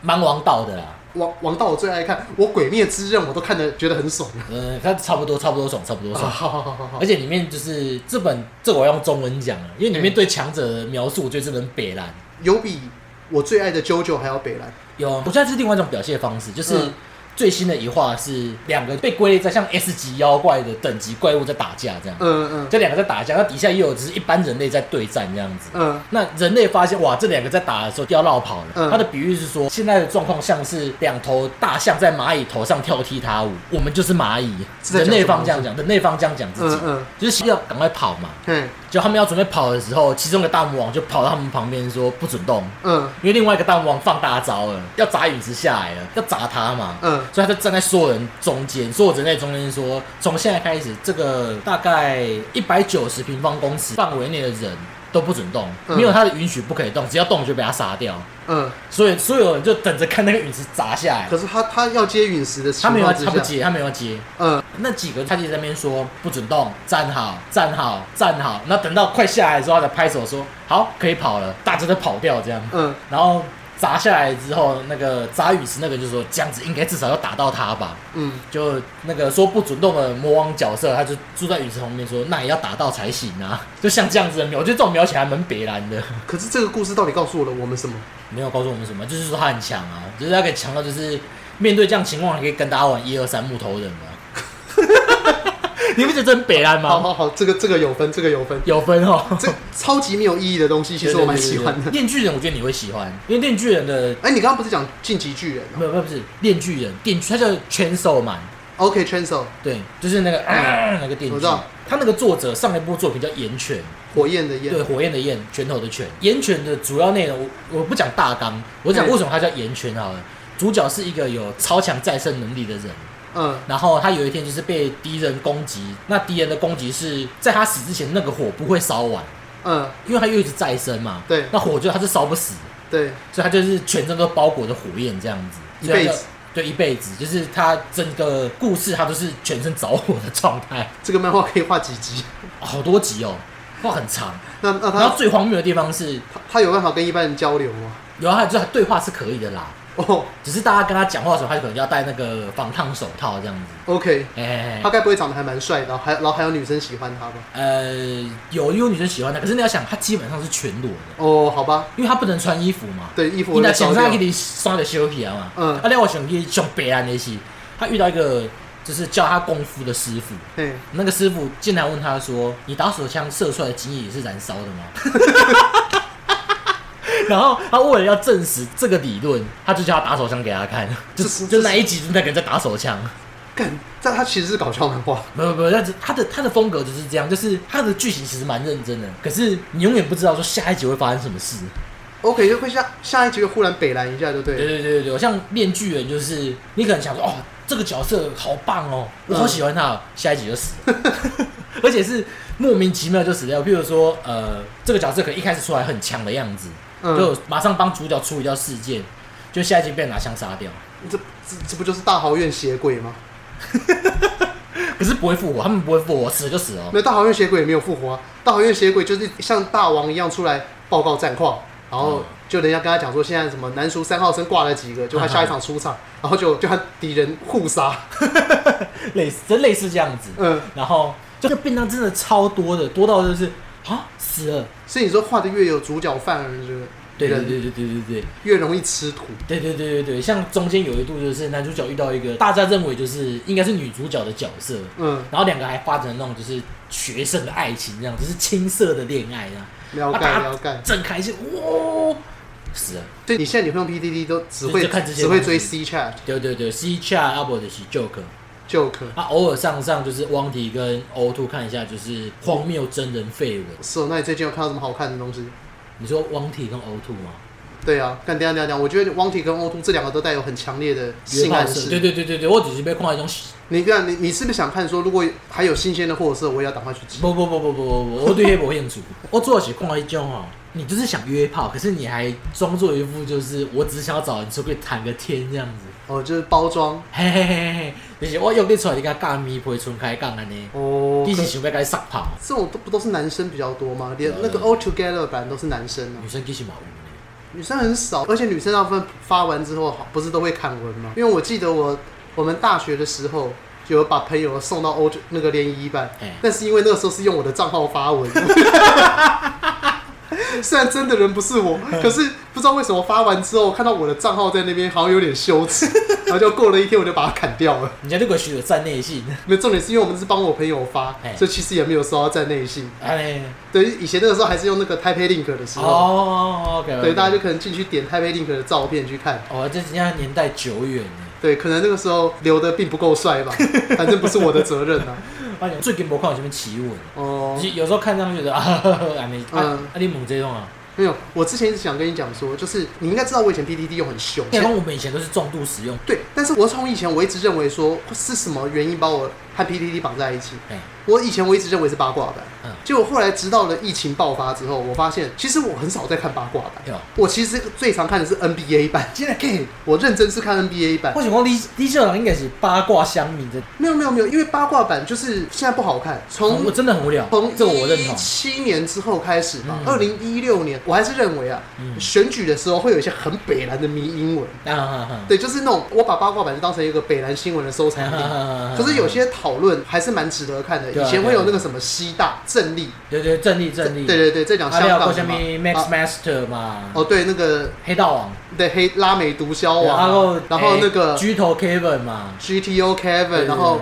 蛮王道的啦。
王王道我最爱看，我《鬼灭之刃》我都看得觉得很爽。
嗯，它差不多，差不多爽，差不多
好
爽。
好好好好
而，且里面就是这本，这我要用中文讲了，啊因为里面对强者的描述，我觉得真的很北蓝。
有比我最爱的 JoJo 还要北兰。
有，我觉得这是另外一种表现方式，就是
嗯
最新的一话是两个被归类在像 S 级妖怪的等级怪物在打架这样，
嗯嗯
这两个在打架，那底下也有只是一般人类在对战这样子。
嗯
那人类发现哇，这两个在打的时候要绕跑了。
嗯
他的比喻是说，现在的状况像是两头大象在蚂蚁头上跳踢踏舞，我们就是蚂蚁。
是在
人
讲
类
什么
方这样讲，人类方这样讲自己，
嗯嗯，
就是要赶快跑嘛。
嘿，
就他们要准备跑的时候，其中一个大魔王就跑到他们旁边说不准动，
嗯
因为另外一个大魔王放大招了，要砸陨石下来了，要砸他嘛。
嗯
所以他就站在所有人中间，所有人在中间说，从现在开始，这个大概一百九十平方公尺范围内的人都不准动，
嗯
没有他的允许不可以动，只要动就被他杀掉。
嗯。
所以所有人就等着看那个陨石砸下来。
可是他他要接陨石的情
他没有要，
况之
他不
下，
接，他没有要接。
嗯
那几个他就在那边说不准动，站好，站好，站好。那等到快下来的时候，他才拍手说好，可以跑了，大家都跑掉这样。
嗯
然后砸下来之后，那个砸陨石那个就说这样子应该至少要打到他吧。
嗯
就那个说不准动的魔王角色，他就住在陨石旁边说，那也要打到才行啊。 [LAUGHS] 就像这样子的描，我觉得这种描写还蛮北蓝
[LAUGHS]
的。
可是这个故事到底告诉了我们什么？
没有告诉我们什么，就是说他很强啊，就是他可以强到就是面对这样情况，还可以跟大家玩一二三木头
[LAUGHS]
人嘛。你不觉得这很北蓝
好
吗？
好好，这个这个有分，这个有
[LAUGHS]
分，
有分哦。
这超级没有意义的东西， [LAUGHS] 其实我蛮喜欢
对对对对
的。
对电锯人我觉得你会喜欢，因为电锯人的
哎，你刚刚不是讲晋级巨人
没有没有不是电锯人，电锯他叫 Chainsaw Man，
？OK，c h a n s o
对，就是那个、啊那个电
哦我
锯
知道。
他那个作者上一部作品叫《岩犬》，
火焰的焰
对，，火焰的焰，拳头的拳。岩拳的主要内容，我我不讲大纲，我讲
嗯
为什么它叫岩拳好了。主角是一个有超强再生能力的人，
嗯
然后他有一天就是被敌人攻击，那敌人的攻击是在他死之前那个火不会烧完，
嗯，
因为他又一直再生嘛，
对
那火就他是烧不死，
对，
所以他就是全身都包裹着火焰这样子，
一
所以
辈
他就
子。
对，一辈子就是他整个故事，他都是全身着火的状态，
这个漫画可以画几
[LAUGHS]
集？
好多集哦，话很长。
那那
然
他
后最荒谬的地方是，
他他有办法跟一般人交流吗？
有啊，就是对话是可以的啦，
哦
只是大家跟他讲话的时候，他可能要戴那个防烫手套这样子。
，OK，
哎、哎
他
哎
该不会长得还蛮帅，然后还然后还有女生喜欢他吧？
呃，有有女生喜欢他，可是你要想，他基本上是全裸的，
哦，好吧，
因为他不能穿衣服嘛。
对，衣服
你
我
那
在
想
烧
上
掉
给。你刷的修皮啊嘛。
嗯
啊，另外想去上北岸的是，他遇到一个就是教他功夫的师傅，
嘿，
那个师傅进来问他说：“你打手枪射出来的精液也是燃烧的吗？” [LAUGHS] 然后他为了要证实这个理论，他就叫他打手枪给他看，
这
就
是
就
这是
那一集就那个人在打手枪。
干，但他其实是搞笑漫
[LAUGHS]
画。
没有没有，但是他的他的风格就是这样，就是他的剧情其实蛮认真的，可是你永远不知道说下一集会发生什么事。
OK，就会下下一集就忽然北蓝一下，就对
对
了。
对对对对，像《面具人》就是你可能想说哦，这个角色好棒哦，我好喜欢他哦，下一集就死了，而且是莫名其妙就死掉。譬如说，呃，这个角色可能一开始出来很强的样子，
嗯，
就马上帮主角处理掉事件，就下一集被拿枪杀掉，
这这这不就是大豪院邪鬼吗？
可是不会复活，他们不会复活，死了就死了哦。
没有大豪院邪鬼也没有复活啊，大豪院邪鬼就是像大王一样出来报告战况，然后
嗯
就人家跟他讲说现在什么南熟三号生挂了几个，就他下一场出
[LAUGHS]
场，然后就就他敌人互杀。
类似真类似这样子，
嗯，
然后就便当真的超多的，多到就是啊死了，
所以你说画的越有主角范儿，就是
对对
人
对对对对对。
越容易吃土。
对对对对对，像中间有一度就是男主角遇到一个大家认为就是应该是女主角的角色，
嗯，
然后两个还发展那种就是学生的爱情，这样就是青涩的恋爱啊，
了
啊
解
大家
了解。
正开心哇，死了，
对，你现在你会用 PDD 都只会
就看这些
只会追
东
C chat
对对对，C chat 要不就是 joke，
joke。
他、偶尔上上就是汪迪跟 O two 看一下就是荒谬真人绯闻，
是哦，那你最近有看到什么好看的东西？
你说汪迪跟 O two 吗？
对啊，但等一下等一下等一下，我觉得汪体跟 O 2这两个都带有很强烈的
约
性
炮
暗
社
示。
对对对对对，我只是被看到一种
你看，你你是不是想看说，如果还有新鲜的货色，我也要赶快去吃？
不不不不不不不，我对黑没兴趣。我做的是看一种哦，你就是想约炮，可是你还装作一副就是我只想要找人出去谈个天这样子。
哦，就是包装
嘿嘿嘿嘿，就是我约你出来，你甲干咪陪春开讲安尼，
哦。
你
可
是想要甲你撒炮，
这种都不都是男生比较多吗？连
对
那个 All Together 版都是男生啊
女，生其实嘛有
女生很少，而且女生大部分发完之后不是都会砍文吗？因为我记得我我们大学的时候有把朋友送到欧那个联谊版
哎，
但是因为那个时候是用我的账号发文， [LAUGHS] 虽然真的人不是我，可是不知道为什么发完之后，我看到我的账号在那边，好像有点羞耻，然后就过了一天，我就把它砍掉了。
人家那个是有站内信，
没有重点是因为我们是帮我朋友发
嘿，
所以其实也没有收到站内信。
哎，
对，以前那个时候还是用那个 Taipei Link 的时候，
哦，OK，
哦对，大家就可能进去点 Taipei Link 的照片去看。
哦，这人家年代久远了。
对，可能那个时候留的并不够帅吧，反正不是我的责任啊。
啊，最近没看有什么奇闻，
哦、
其实有时候看上去觉得啊，呵呵安尼啊
嗯
啊，你猛这种啊，
没有，我之前一直想跟你讲说，就是你应该知道我以前 PDD 用很凶，
因为我们以前都是重度使用，
对，但是我从以前我一直认为说是什么原因把我和 PDD 绑在一起。
哎，
我以前我一直认为是八卦版，
嗯
结果后来直到了疫情爆发之后，我发现其实我很少在看八卦版，
对吧？
我其实最常看的是 NBA 版，
现在可以，
我认真是看 NBA 版
我。想讲你你这种人应该是八卦乡民的，
没有没有没有，因为八卦版就是现在不好看，从
我真的很无聊，
从
这个我认
一
同。
七年之后开始吧，
嗯
二零一六年，我还是认为啊，
嗯
选举的时候会有一些很北蓝的迷英文，
啊哈哈，
对，就是那种我把八卦版就当成一个北蓝新闻的收
[LAUGHS]
藏品。
哈
可是有些讨论还是蛮值得看的，
嗯对啊
以前会有那个什么西大正立，
对对正义正义，
对对对，在讲
啊，还
香
有
港
过
的
什么
嘛，
Max
啊
Master 嘛，
哦对，那个
黑道王，
对黑拉美毒枭
然后
王，啊然后那个
巨头 Kevin 嘛，
GTO
对
Kevin，然后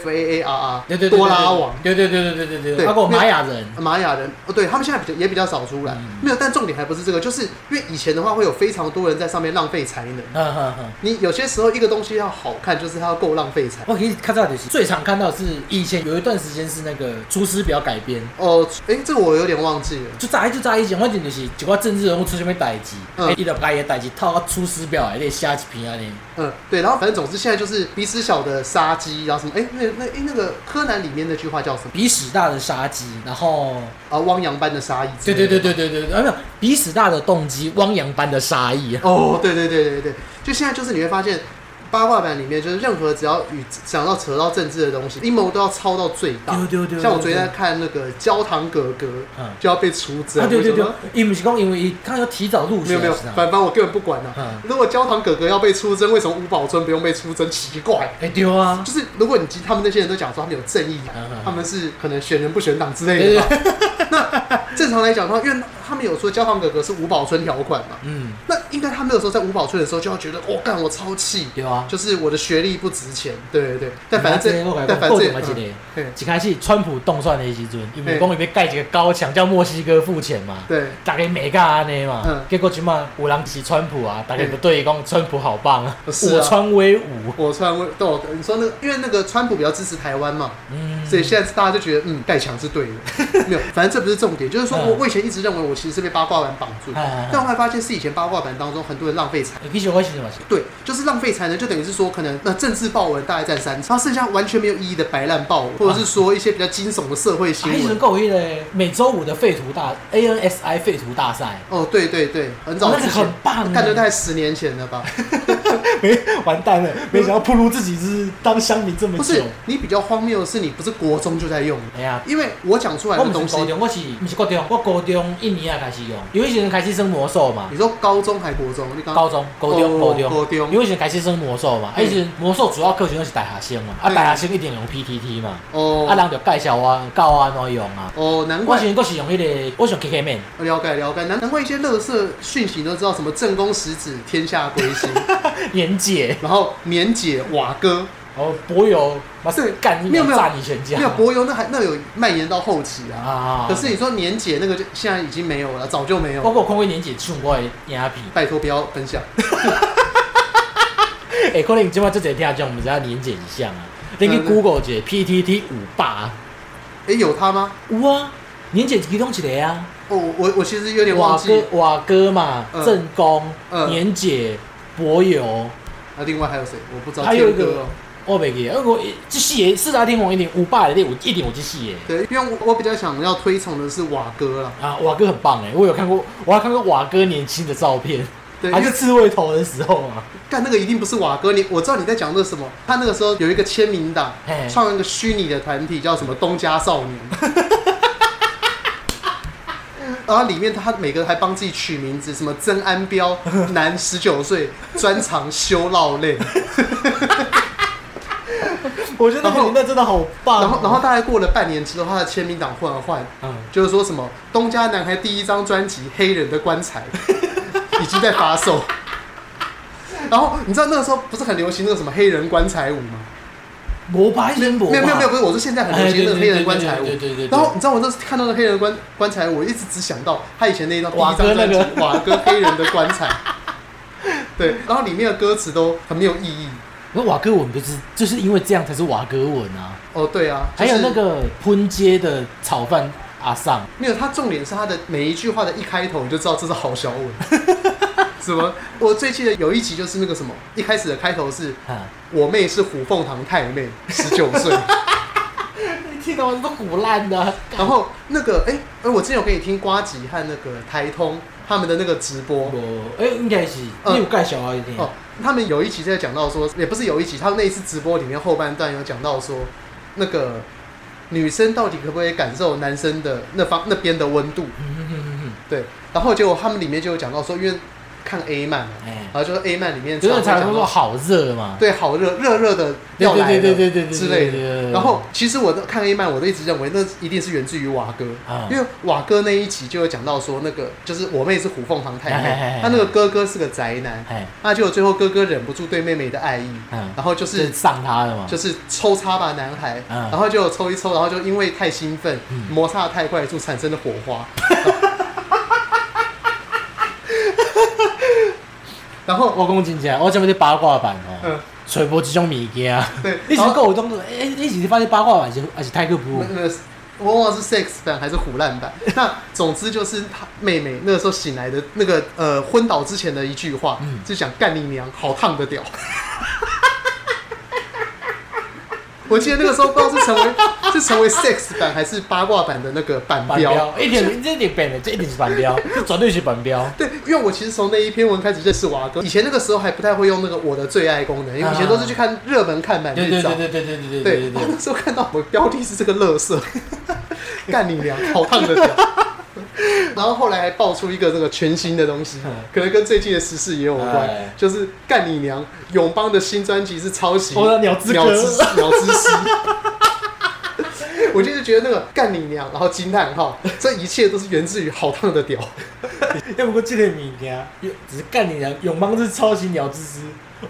FFAARR，
对对对，对
多拉王，，
对对对对对对对对，
对
包括
没有
玛雅人，
玛雅人，哦，对他们现在比较也比较少出来，
嗯
没有。但重点还不是这个，就是因为以前的话会有非常多人在上面浪费才能。
哈哈哈。
你有些时候一个东西要好看，就是它要够浪费才。
我可以看到的是最常看到的是以前有一段时间是那个《出师表》改编，
哦，哎，这个我有点忘记了。
就早就早以前，反正就是一寡政治人物出什么代志，
嗯
哎伊就把伊代志套到《出师表》内底写一篇啊安尼。
嗯，对，然后反正总之现在就是比斯小的杀鸡，然后什么，哎，那那哎那个柯南里面那句话叫什么？
比史大的杀机，然后
啊，汪洋般的杀意。
对对对。对对对，对啊没有比史大的动机，汪洋般的杀意。
哦，对对对对对，就现在就是你会发现。八卦版里面就是任何只要与想要扯到政治的东西，阴谋都要操到最大。
对对对对
像我昨天在
对
看那个《焦糖哥哥》，
[LAUGHS] 嗯
就要被出征。
啊对对
为什
对
么，
伊毋是讲因为伊他要提早入
没
学
有没有，
是
反
吗
反正我根本不管了、
嗯
如果焦糖哥哥要被出征，为什么吴宝春不用被出征？奇怪。
哎对啊，
就是如果你及他们那些人都讲说他们有正义感，啊
嗯嗯
他们是可能选人不选党之类的吧。那正常来讲的话，因为他们有说焦糖哥哥是吴宝春条款嘛，
[LAUGHS] 嗯
那应该他们那个时候在吴宝春的时候就要觉得，我、干我超气，
对啊，
就是我的学历不值钱，对对对。但反正
你看这个我
这，
嗯跟
但反正
你讲够
这嗯
什么一个。
嘿
一开始川普动算的时阵，伊咪讲伊要盖一个高墙叫墨西哥付钱嘛，
对，
大家美噶安尼嘛，
嗯
结果即满有人是川普啊，大家就对伊讲川普好棒啊，
是啊
我川威武，
我穿我对我，你说那个，因为那个川普比较支持台湾嘛，
嗯，
所以现在大家就觉得，嗯，盖墙是对的， [LAUGHS] 没有，反正这不是重点，就是说我
嗯
我以前一直认为我其实是被八卦版绑住，
哎哎哎
但后来发现是以前八卦版当中很多人浪费才，
你想我是什么？
对，就是浪费才能，就等于是说可能呃政治报文大概占三成，然后剩下完全没有意义的白烂报文，或者是说一些比较惊悚的社会新
啊还是
闻。
够迄个每周五的废图大 ANSI 废图大赛，
哦，对对对，很早
哦那
之
个
前，
很棒
看
欸
得大概十年前了吧？
[LAUGHS] 没完蛋了，没想到暴露自己是当乡民这么
不
久
是。，你比较荒谬的是，你不是国中就在用，
哎呀，
因为我讲出来
我
的
唔
东
是
西
高，中，我是唔是高中？我高中一年啊开始用，因为以前开始生魔兽嘛
你，说高中还国中，你刚
高中、高中、
哦
高中，
高中
因为以前开始生魔兽嘛，啊
嗯
以前魔兽主要客群都是大学生嘛，啊
嗯
大学生一定用 PTT 嘛，
哦
啊人就介绍我教我安怎用啊。
哦，难
我
怪
以前我是用迄个，我是用 KK Man，
了解了解，难难怪一些乐色讯息你都知道什么正宫十指天下归
[LAUGHS]
心，
年姐，
然后年姐瓦哥，
然后博友，哇塞
对，
干你
哦没有没有
炸你全家，
没有博游那还那有蔓延到后期啊。
啊
可是你说年姐那个就现在已经没有了，早就没有
包
了。
括看过年姐唱我的影片，
拜托不要分享，
哎、可能即摆这一听众，我们知道年姐是像啊，你去
嗯
Google 一下 PTT 五霸，
哎、有他吗？
有啊，年姐是其中一个啊，
哦，我我其实有点忘
瓦
记
哥。瓦哥嘛，
嗯
正宫、
嗯
年姐、博友，
那、啊另外还有谁？我不知道。
还有一
天哥
个
哦
我袂记了，呃我这四个四大天王一定五霸里面有一定有这四个。
对，因为我我比较想要推崇的是瓦哥啦。
啊，瓦哥很棒哎，我有看过，我还看过瓦哥年轻的照片，
对，
还
因为
是刺猬头的时候啊。
干那个一定不是瓦哥，你我知道你在讲的是什么。他那个时候有一个签名档
嘿，
创了一个虚拟的团体叫什么东家少
[LAUGHS]
年，然后里面他每个还帮自己取名字，什么曾安
[LAUGHS]
彪，男十九岁，专长修烙类。
我觉得那个年代真的好棒哦。
然后，然后大概过了半年之后，他的签名档忽然换，
嗯，
就是说什么东家男孩第一张专辑《黑人的棺材》
[LAUGHS]
已经在发售。然后你知道那个时候不是很流行那个什么黑人棺材舞吗？
无白人无
没有没有没有，不是，我说现在很流行那个黑人棺材舞
哎对。对对。
然后你知道我那时看到那黑人棺棺材舞，我一直只想到他以前那一张第一
瓦
张
哥
专
那
辑
个
《瓦哥黑人的棺材》。 [LAUGHS] 对，然后里面的歌词都很没有意义。
那瓦格文不是就是因为这样才是瓦格文啊？
哦，对啊，就
还
是
有那个喷街的炒饭阿尚，
没有，他重点是他的每一句话的一开头，你就知道这是郝小文。 [LAUGHS] 什么？我最记得有一集就是那个什么，一开始的开头是
啊，
我妹是虎凤堂太妹，十九
[LAUGHS]
岁。
你听到都腐烂的。
然后那个哎哎、我之前有给你听瓜吉和那个台通他们的那个直播
我哎，应该是
呃
你有介绍啊一点
哦，他们有一集在讲到说，也不是有一集，他们那一次直播里面后半段有讲到说，那个女生到底可不可以感受男生的那方那边的温度？
嗯，
对，然后结果他们里面就有讲到说，因为看 A 漫嘛，
哎
然，后就是 A 漫里面
真的
常常
才
会
会
讲
说
到
好热嘛。
对，好热，热热的
对
要来了
嗯对对对对对
之类
对对对对
的。
对
然后其实我都看 A 漫，我都一直认为那一定是源自于瓦哥，
啊
因为瓦哥那一集就有讲到说，那个就是我妹是虎凤堂太
哎哎
妹
哎，
她那个哥哥是个宅男，
哎，
那就最后哥哥忍不住对妹妹的爱意，
嗯，
然后就是是。
上他的嘛。
就是抽插吧，男孩，
嗯
然后就抽一抽，然后就因为太兴奋，
嗯
摩擦得太快，就产生了火
[LAUGHS]
花。然后，
我讲真正，我这边是八卦版哦
嗯，
揣无即种物件。
对，
你是
然后
讲有当作，哎，你是发现八卦版还是还是泰克布
那？那个是我忘了是 sex 版还是虎烂版。那总之就是他妹妹那个时候醒来的那个呃昏倒之前的一句话，
嗯
就讲干你娘，好烫的屌。 [LAUGHS] 我记得那个时候不知道是成为是成为 sex 版还是八卦版的那个版
反
标。
标，一点这一点变的，这一定是反标，这绝对是反标。
对，因为我其实从那一篇文开始认识娃哥，以前那个时候还不太会用那个我的最爱功能，因为以前都是去看热门看满
对
日
对
照
对。对对对
对，
对对对
我
对。
那时候看到我标题是这个乐色，
[LAUGHS]
干你娘，好烫的屌。然后后来还爆出一个这个全新的东西
嗯，
可能跟最近的时事也有关
哎，
就是干你娘，永邦的新专辑是抄袭
哦鸟之歌
鸟之鸟之息。 [LAUGHS] 我就是觉得那个干你娘，然后惊叹号，这一切都是源自于好烫的屌。
要不过这个物件，只是干你娘，永邦是超级鸟之师，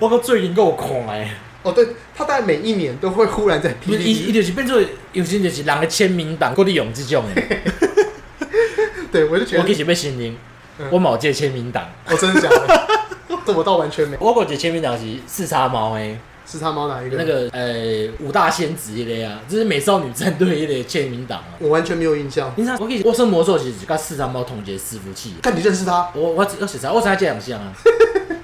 我靠最近够狂哎！
哦，对，他大概每一年都会忽然在
伊伊
PPT，
就是变做有时就是人的签名档，搁你用这种 [LAUGHS] 诶，
对我就觉
我
得
其，实要承认
嗯，
我冇这个签名档，
我真的假的？ [LAUGHS] 这我倒完全没。
我有一个签名档是四叉猫诶，
是他猫哪一个？
那个呃五大仙子一类啊，就是美少女战队一类签名档啊。
我完全没有印象。
你知道我其实我圣魔兽其实甲四叉猫同一个伺服器，
看你认识他，
我我只我实在我知影这两 [LAUGHS] 项啊，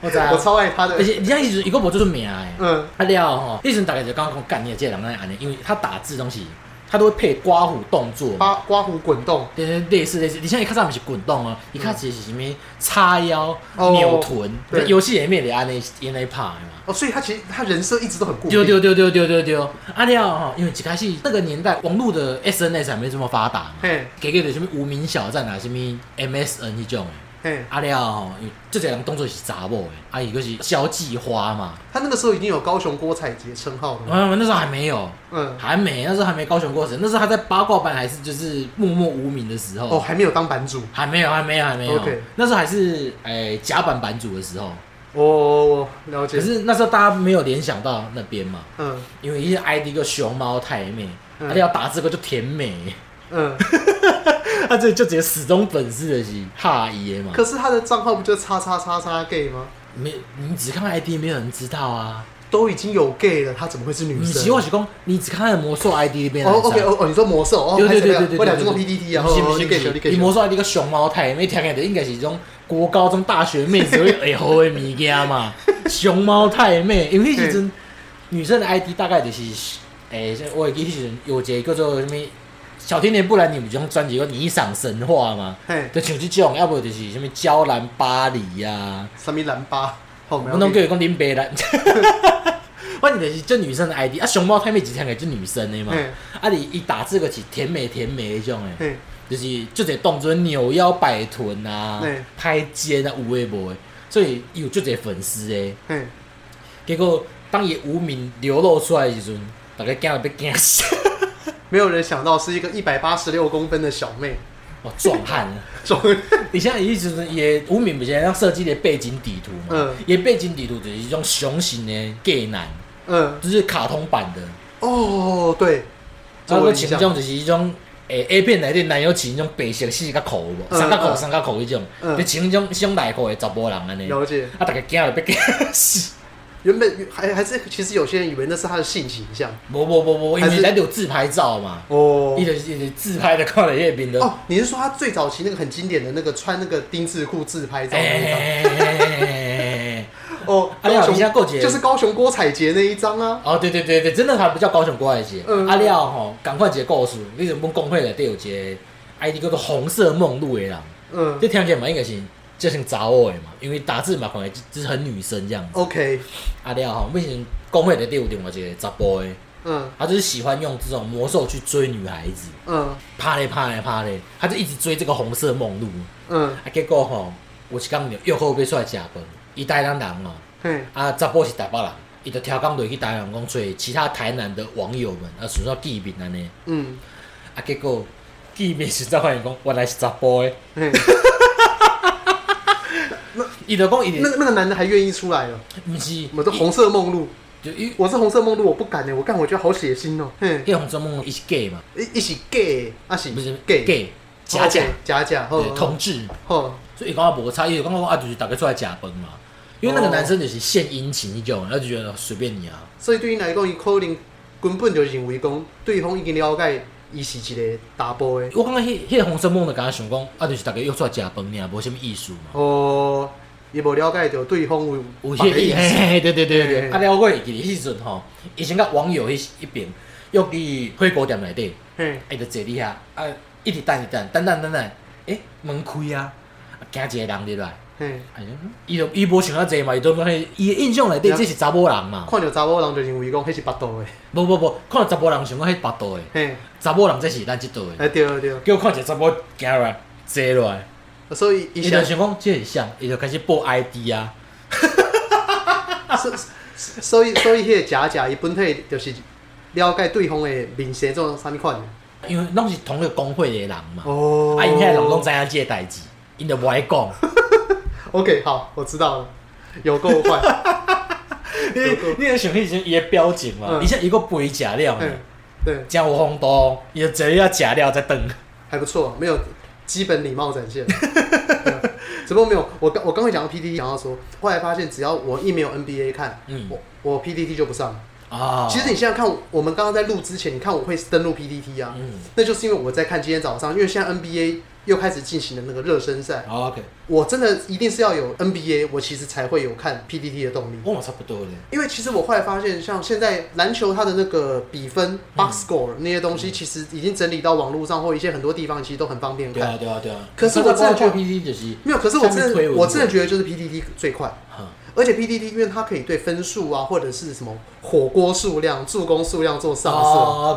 我知啊
我，超爱他的
而。且你像伊是伊个无做出名诶。
嗯，
啊了吼，迄阵大概就刚讲干你的这个人安尼，因为他打字东西，他都会配刮胡动作嘛，
刮刮胡滚动，
对对类似类似。你像一看上不是滚动哦，一看是什么叉腰、
嗯哦
扭臀，
对
游戏里面的安尼安尼拍的嘛。
哦，所以他其实他人设一直都很固定。
丢丢丢丢丢丢丢，啊了吼，因为一开始那个年代网络的 SNS 还没这么发达嘛，
嘿，
给给的什么无名小站啊，什么 MSN 迄种的，
嘿，
啊了吼，因为这个人动作是查某的，啊伊就是交际花嘛，
他那个时候已经有高雄郭采洁称号了嘛。
啊那时候还没有。
嗯，
还没，那时候还没高雄过程，那时候他在八卦班还是就是默默无名的时候，
哦，还没有当版主。
还没有，还没有，还没有
OK
那时候还是诶、甲板版主的时候，
哦，了解
可。是那时候大家没有联想到那边嘛，
嗯
因为一些 ID 个熊猫太妹，
嗯
他、要打这个就甜美， [LAUGHS]
嗯，
他、这就直接死忠粉丝的是哈爷嘛，
可是他的账号不就叉叉叉叉 gay 吗？
没你只看 ID 没有人知道啊，
都已经有 gay 了，他怎么会是女
你只
生
我？是讲你只看他的魔兽 ID 那边
哦，OK，哦哦，你说魔兽哦，
对对对对对，
我俩中 PDT 啊，
不行
哦
不
哦你
行
gay 球，
不行
你，gay
你
球
魔。兽你个熊猫太，没听起来应该是种国高中大学妹子会会好的物件嘛。熊猫太妹，因为迄时阵女生的 ID 大概就是，诶、像我会记迄时阵有一个叫做什么小甜甜布兰妮，有一种专辑叫《霓裳神话》嘛，
嘿，
就像即种，要不就是什么娇兰巴黎呀、啊，
什么蓝巴，哦好，我
我拢叫伊讲林白 [LAUGHS] 兰。反正就是这女生的 ID 啊，熊猫太妹只听起来就女生的嘛
嗯，
啊你一打字个是甜美甜美迄种诶。
嘿，
就是就得动作扭腰摆臀啊
对，
拍肩啊，有诶无诶，所以他有就得粉丝诶。
嘿，
结果当伊无名流露出来的时阵，大家惊了被惊死，
没有人想到是一个一百八十六公分的小妹，
哇，壮汉啊！
总
而且伊就是也吴敏不是让设计的背景底图嘛
嗯，
伊、的背景底图就是一种雄型的 gay 男，
[LAUGHS] 嗯
就是卡通版的。
哦对，
啊，
这我
我
有印象
穿迄种就是迄种诶 A 片内底男友穿迄种白色四角裤有无，
嗯
三角裤
嗯
三角裤迄种，
嗯
就穿迄种迄种内裤的查甫人安尼。
了解。
啊，大家惊了被惊死。
原本还还是其实有些人以为那是他的性倾向
无无无无，因
还
为
是
咱有自拍照嘛，
哦
伊就是伊就是自拍的看了迄面的。
哦，你是说他最早期那个很经典的那个穿那个丁字裤自拍照那一张？
哎，
哦，
啊你好
高雄
你现在够解
就是高雄郭采洁那一张啊。
[LAUGHS] 哦，对对对对，真的还不叫高雄郭爱杰。
嗯
阿廖啊吼，赶快一个故事，你怎么工会内底有一个 ID 叫做红色梦露的人，
嗯
你听起来嘛应该是就像查某的嘛，因为打字嘛可能就是很女生这样子。
，OK，
阿廖吼，目前工会内底有另外一个查甫的，
嗯
他就是喜欢用这种魔兽去追女孩子，
嗯
啪嘞啪嘞啪嘞，他就一直追这个红色梦露。
嗯，
啊，结果吼，有一工又后要出来食饭，伊台南人哦，
嘿，
啊，查甫是台北人，伊就超工落去台南讲找其他台南的网友们啊，寻找见面安尼，
嗯
啊，结果见面时才发现讲，原来是查甫诶，
嘿，
[LAUGHS] 伊就讲伊
那，个那个男的还愿意出来了。
毋是，
我的红色梦露，
就伊，
我是红色梦露，我不敢呢，欸我干，我觉得好血腥哦。
[LAUGHS]
嘿，
迄红中梦伊是 gay 嘛，
一一起 gay，啊是
不是
gay
gay 假假，
假假，
对，
哦
同志，
哦，
所以伊讲啊无差，伊就讲啊就是大家出来食饭嘛，因为那个
哦
男生就是献殷勤迄种，他就觉得随便你啊，
所以对因来讲，伊可能根本就认为讲对方已经了解伊是一个大波的。
我感觉迄迄红中梦就敢想讲啊就是大家约出来食饭尔，无什物意思嘛。
哦，伊无了解到对方有
有迄
别的
个哦意思，嘿嘿嘿对对对对对。
嘿
啊，了我会记得迄时阵吼，以前甲网友迄一边约去火锅店内底，
嘿，
伊就坐伫遐，啊，一直等一直等等等等等，诶，门开啊，啊，惊一个人入来，
嘿，
哎呀，伊就伊无想遐济嘛，伊就讲迄伊的印象内底
了
这是查某人嘛，
看到查某人就认为讲迄是巴肚的。
无无无，看到查甫人想讲迄巴肚的，
嘿，
查某人这是咱即道的，
哎对对，
结果看一个查某行落来，坐落来，
所以伊啊
伊就
想，
想讲这是像，伊就开始报 ID 啊，
啊所所以所以迄个假假，伊本体就是了解对方的面色做啥物款的。
因为拢是同一个工会的人嘛。
哦
啊，因遐人拢知影即个代志，因就无爱
[LAUGHS]
讲。
OK，好，我知道了，有够
[LAUGHS]
快。
你你会想迄时伊的表情嘛？
嗯
而且伊个肥食了呢
嗯，，对，
真有风度，伊就坐了食了再等。
还不错，没有基本礼貌展现。 [LAUGHS] 嗯只不过没有，我刚我刚会讲到 PPT，讲到说，后来发现只要我一没有 NBA 看，
嗯
我我 PPT 就不上了。
啊，
哦其实你现在看，我们刚刚在录之前，你看我会登录 PPT 啊，
嗯
那就是因为我在看今天早上，因为现在 NBA 又开始进行了那个热身赛，
好，OK，啊
我真的一定是要有 NBA，我其实才会有看 PPT 的动力。
我嘛差不多咧。
因为其实我后来发现，像现在篮球它的那个比分、box
嗯
score 那些东西，其实已经整理到网络上或一些很多地方，其实都很方便
对啊，
看。
对啊，对啊。
可是我
你知道
真的觉得
PPT 就是，
没有，可是我
下面
真
推
的
文
我真的觉得就是 PDD 最快，
哈
而且 PDD 因为它可以对分数啊或者是什么火锅数量、助攻数量做上
哦
色。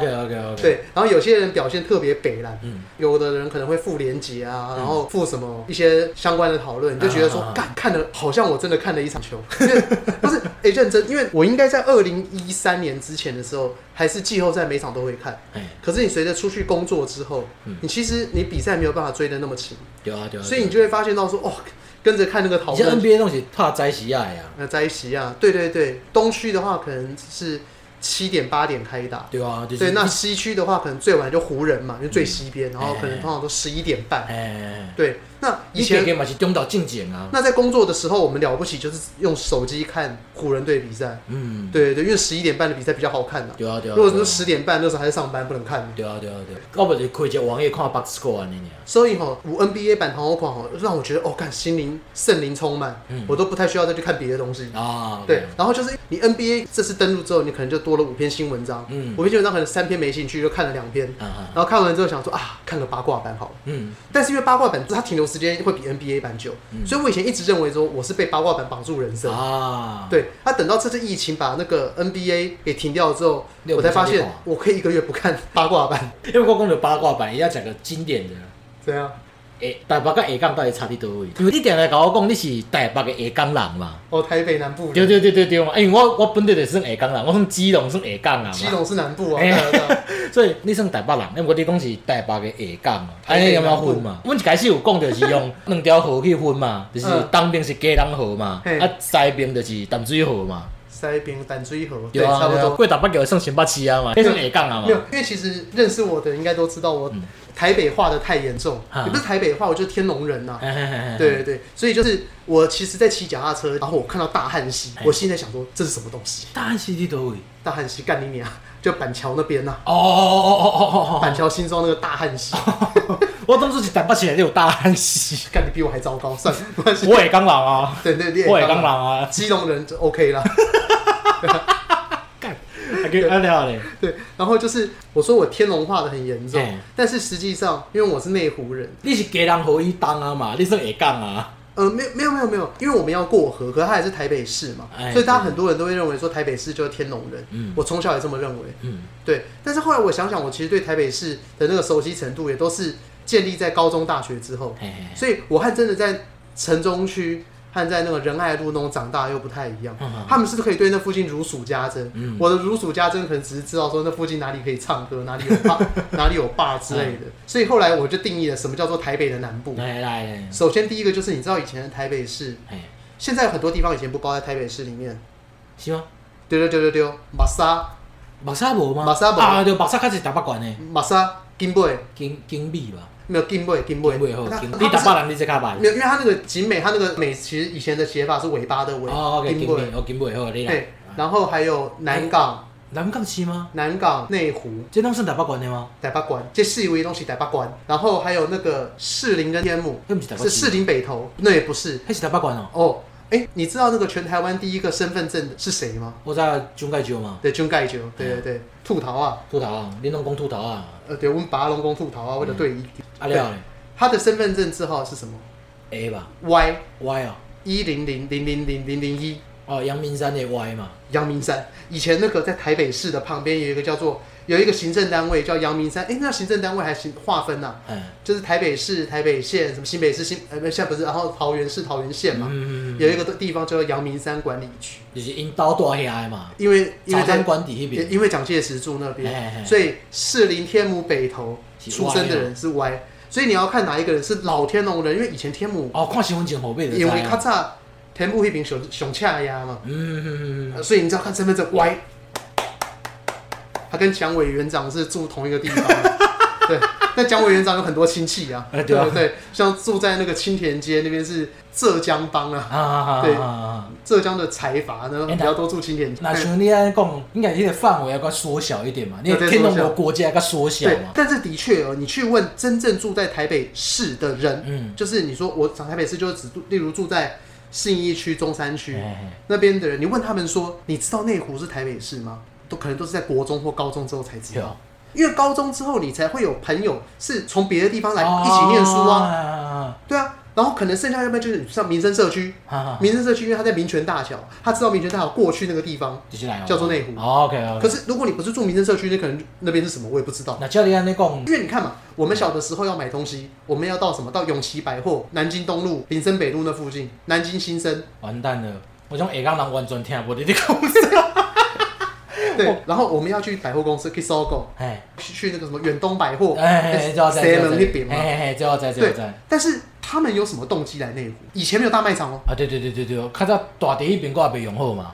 ，OK，OK，OK，，
啊对，然后有些人表现特别北蓝，
嗯
有的人可能会附连结啊，然后附什么一些相关的讨论，你就觉得说
啊，
干看的好像我真的看了一场
[LAUGHS]
球，因为不是，哎、认真，因为我应该在二零一三年之前的时候，还是季后赛每场都会看。
哎，
可是你随着出去工作之后，
嗯
你其实你比赛没有办法追的那么勤，
对啊，对啊。
所以你就会发现到说，哦，跟着看那个讨
以前
论，
NBA 东西怕摘西亚呀，
呃，在一起啊，对对对，东区的话可能是七点八点开打，
对啊，就是嗯
对，那西区的话，可能最晚就湖人嘛，因为最西边，然后可能通常都十一点半。
哎，
对，那以
以前
前
嘛是中岛进前啊，
那在工作的时候，我们了不起就是用手机看湖人队比赛。
嗯，
对对，因为十一点半的比赛比较好看的。
对啊，对啊。
如果
对
是
啊
十点半那时候还在上班，不能看。
对啊，对啊，对啊。我不是开一个网页看 box score 安尼尔。
所以哈，五 NBA 版《糖火款》哈，让我觉得哦，看心灵圣灵充满
嗯，
我都不太需要再去看别的东西。
啊，
对，然后就是你 NBA 这次登录之后，你可能就多了五篇新文章，
嗯
五篇新文章可能三篇没兴趣，就看了两篇，
啊啊，
然后看完之后想说啊，看个八卦版好了。
嗯，
但是因为八卦版它停留时间会比 NBA 版久，所以我以前一直认为说我是被八卦版绑住人生。
啊，
对，那、等到这次疫情把那个 NBA 给停掉之后，
六
我才发
不
现
像
我可以一个月不看八卦版， [LAUGHS]
因为我讲到八卦版，伊要讲个经典的，
怎样？
诶，台北甲下港到底差伫倒位？因为你定来甲我讲，你是台北的下港人嘛？
哦，台北南部人，
对对对对对嘛！因为我我本地就是算下港人，我算基隆算下港人
基
嘛，
隆是南部啊，
哎
对啊对啊
所以你算台北人，因为你讲是台北的下港嘛，安尼有没有分嘛？阮一开始有讲就是用
[LAUGHS]
两条河去分嘛，就是
嗯
东边是鸡笼河嘛，
嘿
啊西边就是淡水河嘛，
塞边淡水河，
对
对，
啊，
差不
对啊
多。
过台北桥算新北市啊嘛，迄算下港啊
没有
嘛，，
因为其实认识我的应该都知道我
嗯
台北话的太严重，
啊
也不是台北话，我就是天龙人呐、啊
嘿嘿嘿嘿
对对对，所以就是我其实，在骑脚踏车，然后我看到大汉溪
哎，
我心里在想说这是什么东西？
大安溪伫倒位？
大汉溪干你娘！就板桥那边呐、
哦哦哦哦哦
板桥新庄那个大汉溪，
哦，我当初是台北市内有大
[LAUGHS]
安溪，
干你比我还糟糕，算
[LAUGHS]
了，没关系。
我也港人啊，
对对对，
我也港人啊，
基隆人就 OK 啦。 [LAUGHS]
干，还给安啊了嘞，
对，然后就是我说我天龙化的很严重
哎，
但是实际上，因为我是内湖人，
你是家人河以东啊嘛，你算下港啊，
呃，没有没有没有没有，因为我们要过河，可是它还是台北市嘛，
哎
所以大家
对
很多人都会认为说台北市就是天龙人。
嗯
我从小也这么认为，
嗯，
对。但是后来我想想，我其实对台北市的那个熟悉程度也都是建立在高中、大学之后，
嘿嘿嘿，
所以我和真的在城中区和在那个仁爱路那种长大又不太一样。
嗯嗯嗯
他们是可以对那附近如数家珍，
嗯
我的如数家珍可能只是知道说那附近哪里可以唱歌，哪里有吧， [LAUGHS] 哪里有吧之类
嗯
的。所以后来我就定义了什么叫做台北的南部。
来来来，
首先第一个就是你知道以前的台北市，
嘿，
现在很多地方以前不包在台北市里面。
是吗？
丢丢丢丢丢，马莎
目屎无吗？
目屎无
啊，对，目屎较是台北县的，
马莎金贝
金金美吧，
没有金贝金贝
金，美好，金，你
它
台
它
北人你这较
不是
歹
没。有，因为它那个景美，它那个美其实以前的写法是尾巴的尾，
哦，OK，
金
金
贝
美，哦，金美好，你来
对。，然后还有南港、
南港市吗？
南港内湖。
这拢算台北县的吗？
台北关，这四位东西台北关，然后还有那个士林跟天母，
那不是台北
是士
市，
林北投，那也不是
那是台北县哦。
哦。哎，你知道那个全台湾第一个身份证是谁吗？
我在中介酒嘛，
对，军盖九，对对
嗯
对，兔桃啊，
吐头啊，你拢讲吐头啊，
呃，对，我们拔龙宫兔桃啊，为了对一，
啊了嘞
他的身份证字号是什么
，A 吧
？Y
，Y 哦，
一零零零零零零零一，
哦，阳明山的 Y 嘛，
阳明山。以前那个在台北市的旁边有一个叫做有一个行政单位叫阳明山，哎，那行政单位还行划分呐、
嗯，
就是台北市、台北县、什么新北市、新呃，不现在不是，然后桃园市、桃园县嘛，
嗯，
有一个地方叫阳明山管理区，
就是因兜住遐的嘛，
因为因
早
为在
餐馆底迄
也
边，
因为蒋介石住那
嘿嘿
边，
嘿
所以士林天母北投
是啊
出生的人是歪，所以你要看哪一个人是老天龙人，因为以前天母
哦，看身份证号码就知
因为较
啊。
早天母那边熊熊恰呀嘛，
嗯嗯嗯嗯，
所以你知道看身份证歪，他跟蒋委员长是住同一个地方 [LAUGHS] 的，对，那蒋委员长有很多亲戚啊，
哎对
对
啊
不对？像住在那个青田街那边是浙江帮啊，
啊啊啊
对
啊啊！
浙江的财阀呢
哎那
比较多住青田街，哎
那像你安尼讲，应该迄个范围要较缩小一点嘛，你
对对
天龙
缩
国
小
国家较缩小
对
嘛，，
但是的确哦，你去问真正住在台北市的人，
嗯，
就是你说我讲台北市，就是只住，例如住在信义区、中山区
嘿嘿
那边的人，你问他们说，你知道内湖是台北市吗？都可能都是在国中或高中之后才知
对
道
哦，
因为高中之后你才会有朋友是从别的地方来
哦
一起念书啊，
啊，
对啊，然后可能剩下要不然就是像民生社区，
啊，
民生社区因为他在民权大桥，他知道民权大桥过去那个地方，
就是来
叫做内湖
OK OK。
可是如果你不是住民生社区，那可能那边是什么我也不知道。
那照你安尼讲
因，为你看嘛，我们小的时候要买东西，我们要到什么？到永琪百货、南京东路、林森北路那附近、南京新生，
完蛋了，我种下港人完全听无你咧讲。哦
对。然后我们要去百货公司去搜购，
哎
去去那个什么远东百货，
哎哎，知道知道知道
seven 那边嘛。
哎哎，知道知道知道
对
知道。
但是他们有什么动机来内湖？以前没有大卖场哦。
啊，对对对对对，较早大地迄边我也袂用好嘛。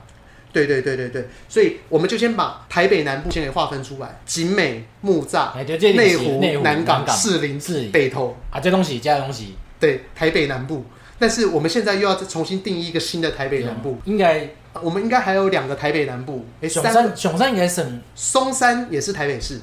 对对对对对，所以我们就先把台北南部先给划分出来，景美、木栅、
哎对这里是
湖、
内湖
南港、
南港
士林、
士林
北投，
啊，这东西这东西，
对，台北南部。但是我们现在又要再重新定义一个新的台北南部，
应该
呃我们应该还有两个台北南部，哎，
上
三个
山上山应该算
松山也是台北市，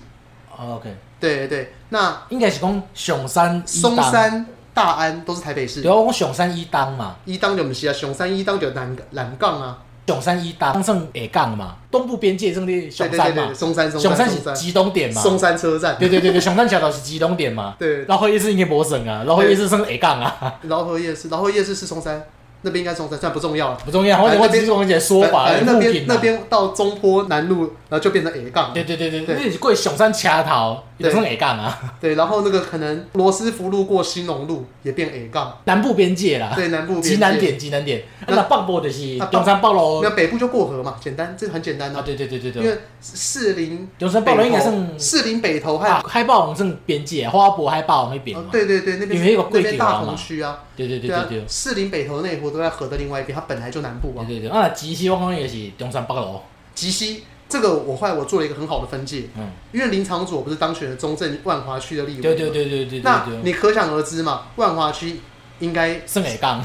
哦 OK，
对对对。那
应该是讲上山以
松
东，
山、大安都是台北
对啊
市，
我讲上山以东嘛，
一当就不是啊，熊山一当就南南港啊，
上山以东算下港嘛，东部边界算伫
对
上
对对
山
对，
嘛，
松山松
上
山
山
松
是
山
集中点嘛，
松山车站，
对对对对，上山桥就是集中点嘛。
对，
老后夜市应该无算啊，老后夜市算下港啊，
饶河夜市，饶河夜市是松山那边应该松山，算不重要了。啊
不重要。我
反正
我
哎那边
只是讲一个说法，
反正那
物
边
品
那
嘛。
边到中坡南路然后就变成 A 杠，
啊对对对对，
对
对你是过上山车头，就
对
算 A 杠啊，
对，然后那个可能罗斯福路过新农路也变 A 杠，
南部边界啦，
对，南部边界
啊极南，点极南点，啊
那
那北部就是
啊北
中山北路
那北部就过河嘛，简单，这很简单
啊，
啊，
对对对对
因
对，
为士林
中山北
北
路应该嗯
投，
算
士林北投和
啊海霸王算边界，花博海霸王那边
哦
嘛，，
对对对，那边
因为有个
那
贵
边
酒啊
大
嘛
同区啊，
对对对
啊
对对，，
士林北投那一湖都在河的另外一边，它本来就南部
对
啊。
对对，啊，极西我刚刚也是中山北路，
吉西这个我后来我做了一个很好的分界，
嗯，
因为林长佐不是当选了中正万华区的立委，
对对，对对对对
那
对，
你可想而知嘛，万华区应该
算 A 杠，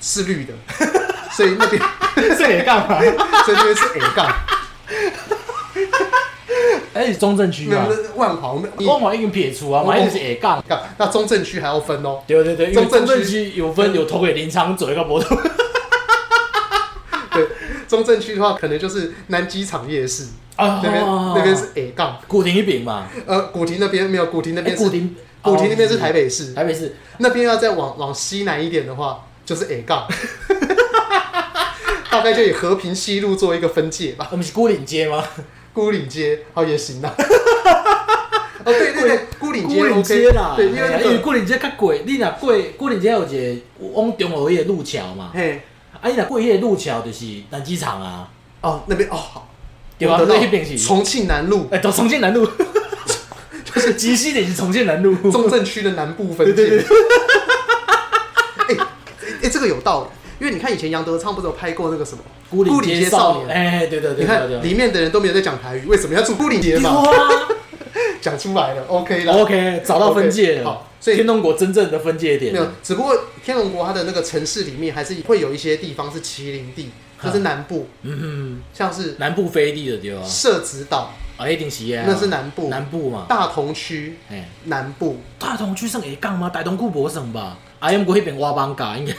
是绿的，所以那边
[LAUGHS] 算 A 杠嘛，
所以那边是 A
[LAUGHS]
杠，
哎，是中正区
[LAUGHS] 啊那哦
嘛，
那万华我们
光华已经撇除啊，嘛，一直是 A 杠。
杠，那中正区还要分哦，
对对对，因为
中
中
正
正
区
区有分有投给林长佐一个摩托，
对，中正区的话可能就是南机场夜市
啊
[LAUGHS] 那边那边是 A 杠，
古亭一饼嘛，
呃，古亭那边没有，古亭那边
哎古
是
亭哦
古亭那边是台
北
北市，
台北市，
那边要再往往西南一点的话，就是 A 杠， [LAUGHS] 大概就以和平西路做一个分界吧。
啊我们是孤岭街吗？
孤岭街哦也行啊。 [LAUGHS] 哦对对对，孤岭街 OK，
啦，哎
对，因为那
因为
个
孤岭街较贵，你若过孤岭街有一个往中和迄个路桥嘛，
嘿
啊，你若过迄个路桥就是南机场啊，
哦那边哦好，
对吧？
我得到
那边是，
重庆南路
哎，到重庆南路， [LAUGHS] 就是极西点是重庆南路，
中正区的南部分界。
对对
[LAUGHS] 哎哎这个有道理，因为你看以前杨德昌不是有拍过那个什么
孤岭街少
孤岭
年，
年。
哎，对对
你
对对
看
对，
里面的人都没有在讲台语，为什么要住孤岭街
对
嘛？
啊。
讲出来了，OK 啦。
OK，找到分界
OK，
了。
好所以
天龙国真正的分界点
没有，只不过天龙国它的那个城市里面还是会有一些地方是麒麟地，
啊
就是南部，
嗯
像是
哼，南部飞地的对吧？
社子岛，
啊，一定是啊，
那是南部，
南部嘛。
大同区
哎，
南部，
大同区算下港吗？大同区无算吧？啊，因过迄边我帮
[LAUGHS]
教应该。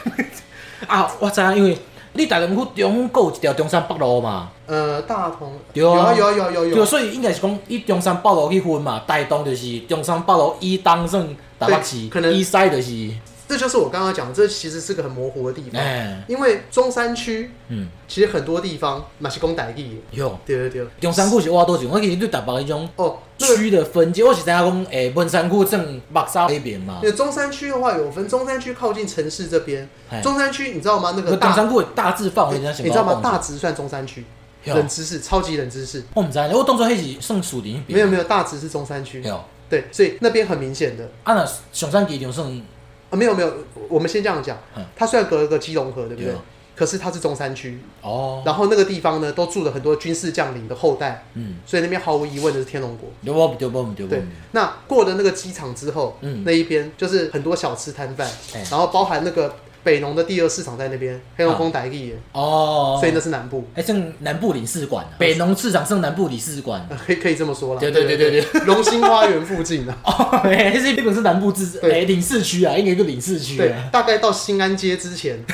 啊，我知影，因为你大同区中间有一条中山北路嘛，
呃，大同
有啊
有啊有啊有啊有
对，
啊，
所以应该是讲以中山北路去分嘛，大同就是中山北路以东算台北市
对，可能
以西就是
这就是我刚刚讲，这其实是个很模糊的地方，
哎，
因为中山区
嗯，
其实很多地方马是公歹地，
哟，
对对对，
中山区是我多少？我其实对台北迄种。
哦，那个。
区的分界，我是知影讲，诶、文山区正目沙那边嘛
因，为中山区的话有分，中山区靠近城市这边，
嘿
中山区你知道吗？那
我
个
哎中
大，
山区的大致范围，人家想
你知道
把
吗？
我
大
忘
直算中山区，
记
冷知识，超级冷知识。
我唔知道，我当作迄是算属林
没有没
有，
有，大直是中山区，
有，
对，所以那边很明显的
啊那上山机场算
啊，没有没有，我们先这样讲
嗯，
它虽然隔了个基隆河，对不对
对啊？
可是它是中山区，
哦，
然后那个地方呢，都住了很多军事将领的后代，
嗯，
所以那边毫无疑问的是天龙国。
对不对不对不对不
对
对，，
那过了那个机场之后，
嗯
那一边就是很多小吃摊贩
哎，
然后包含那个北农的第二市场在那边，黑龙江台地耶，
啊哦，
所以那是南部， [LAUGHS]
还剩南部领事馆、啊北农市场剩南部领事馆，啊
呃可以可以这么说啦。
对对对对
对，荣兴花园附近啊，
哦， [LAUGHS] 还是那个是南部自
对
诶、领事区啊，应该一个领事区
对
啊，，
大概到新安街之前， [LAUGHS]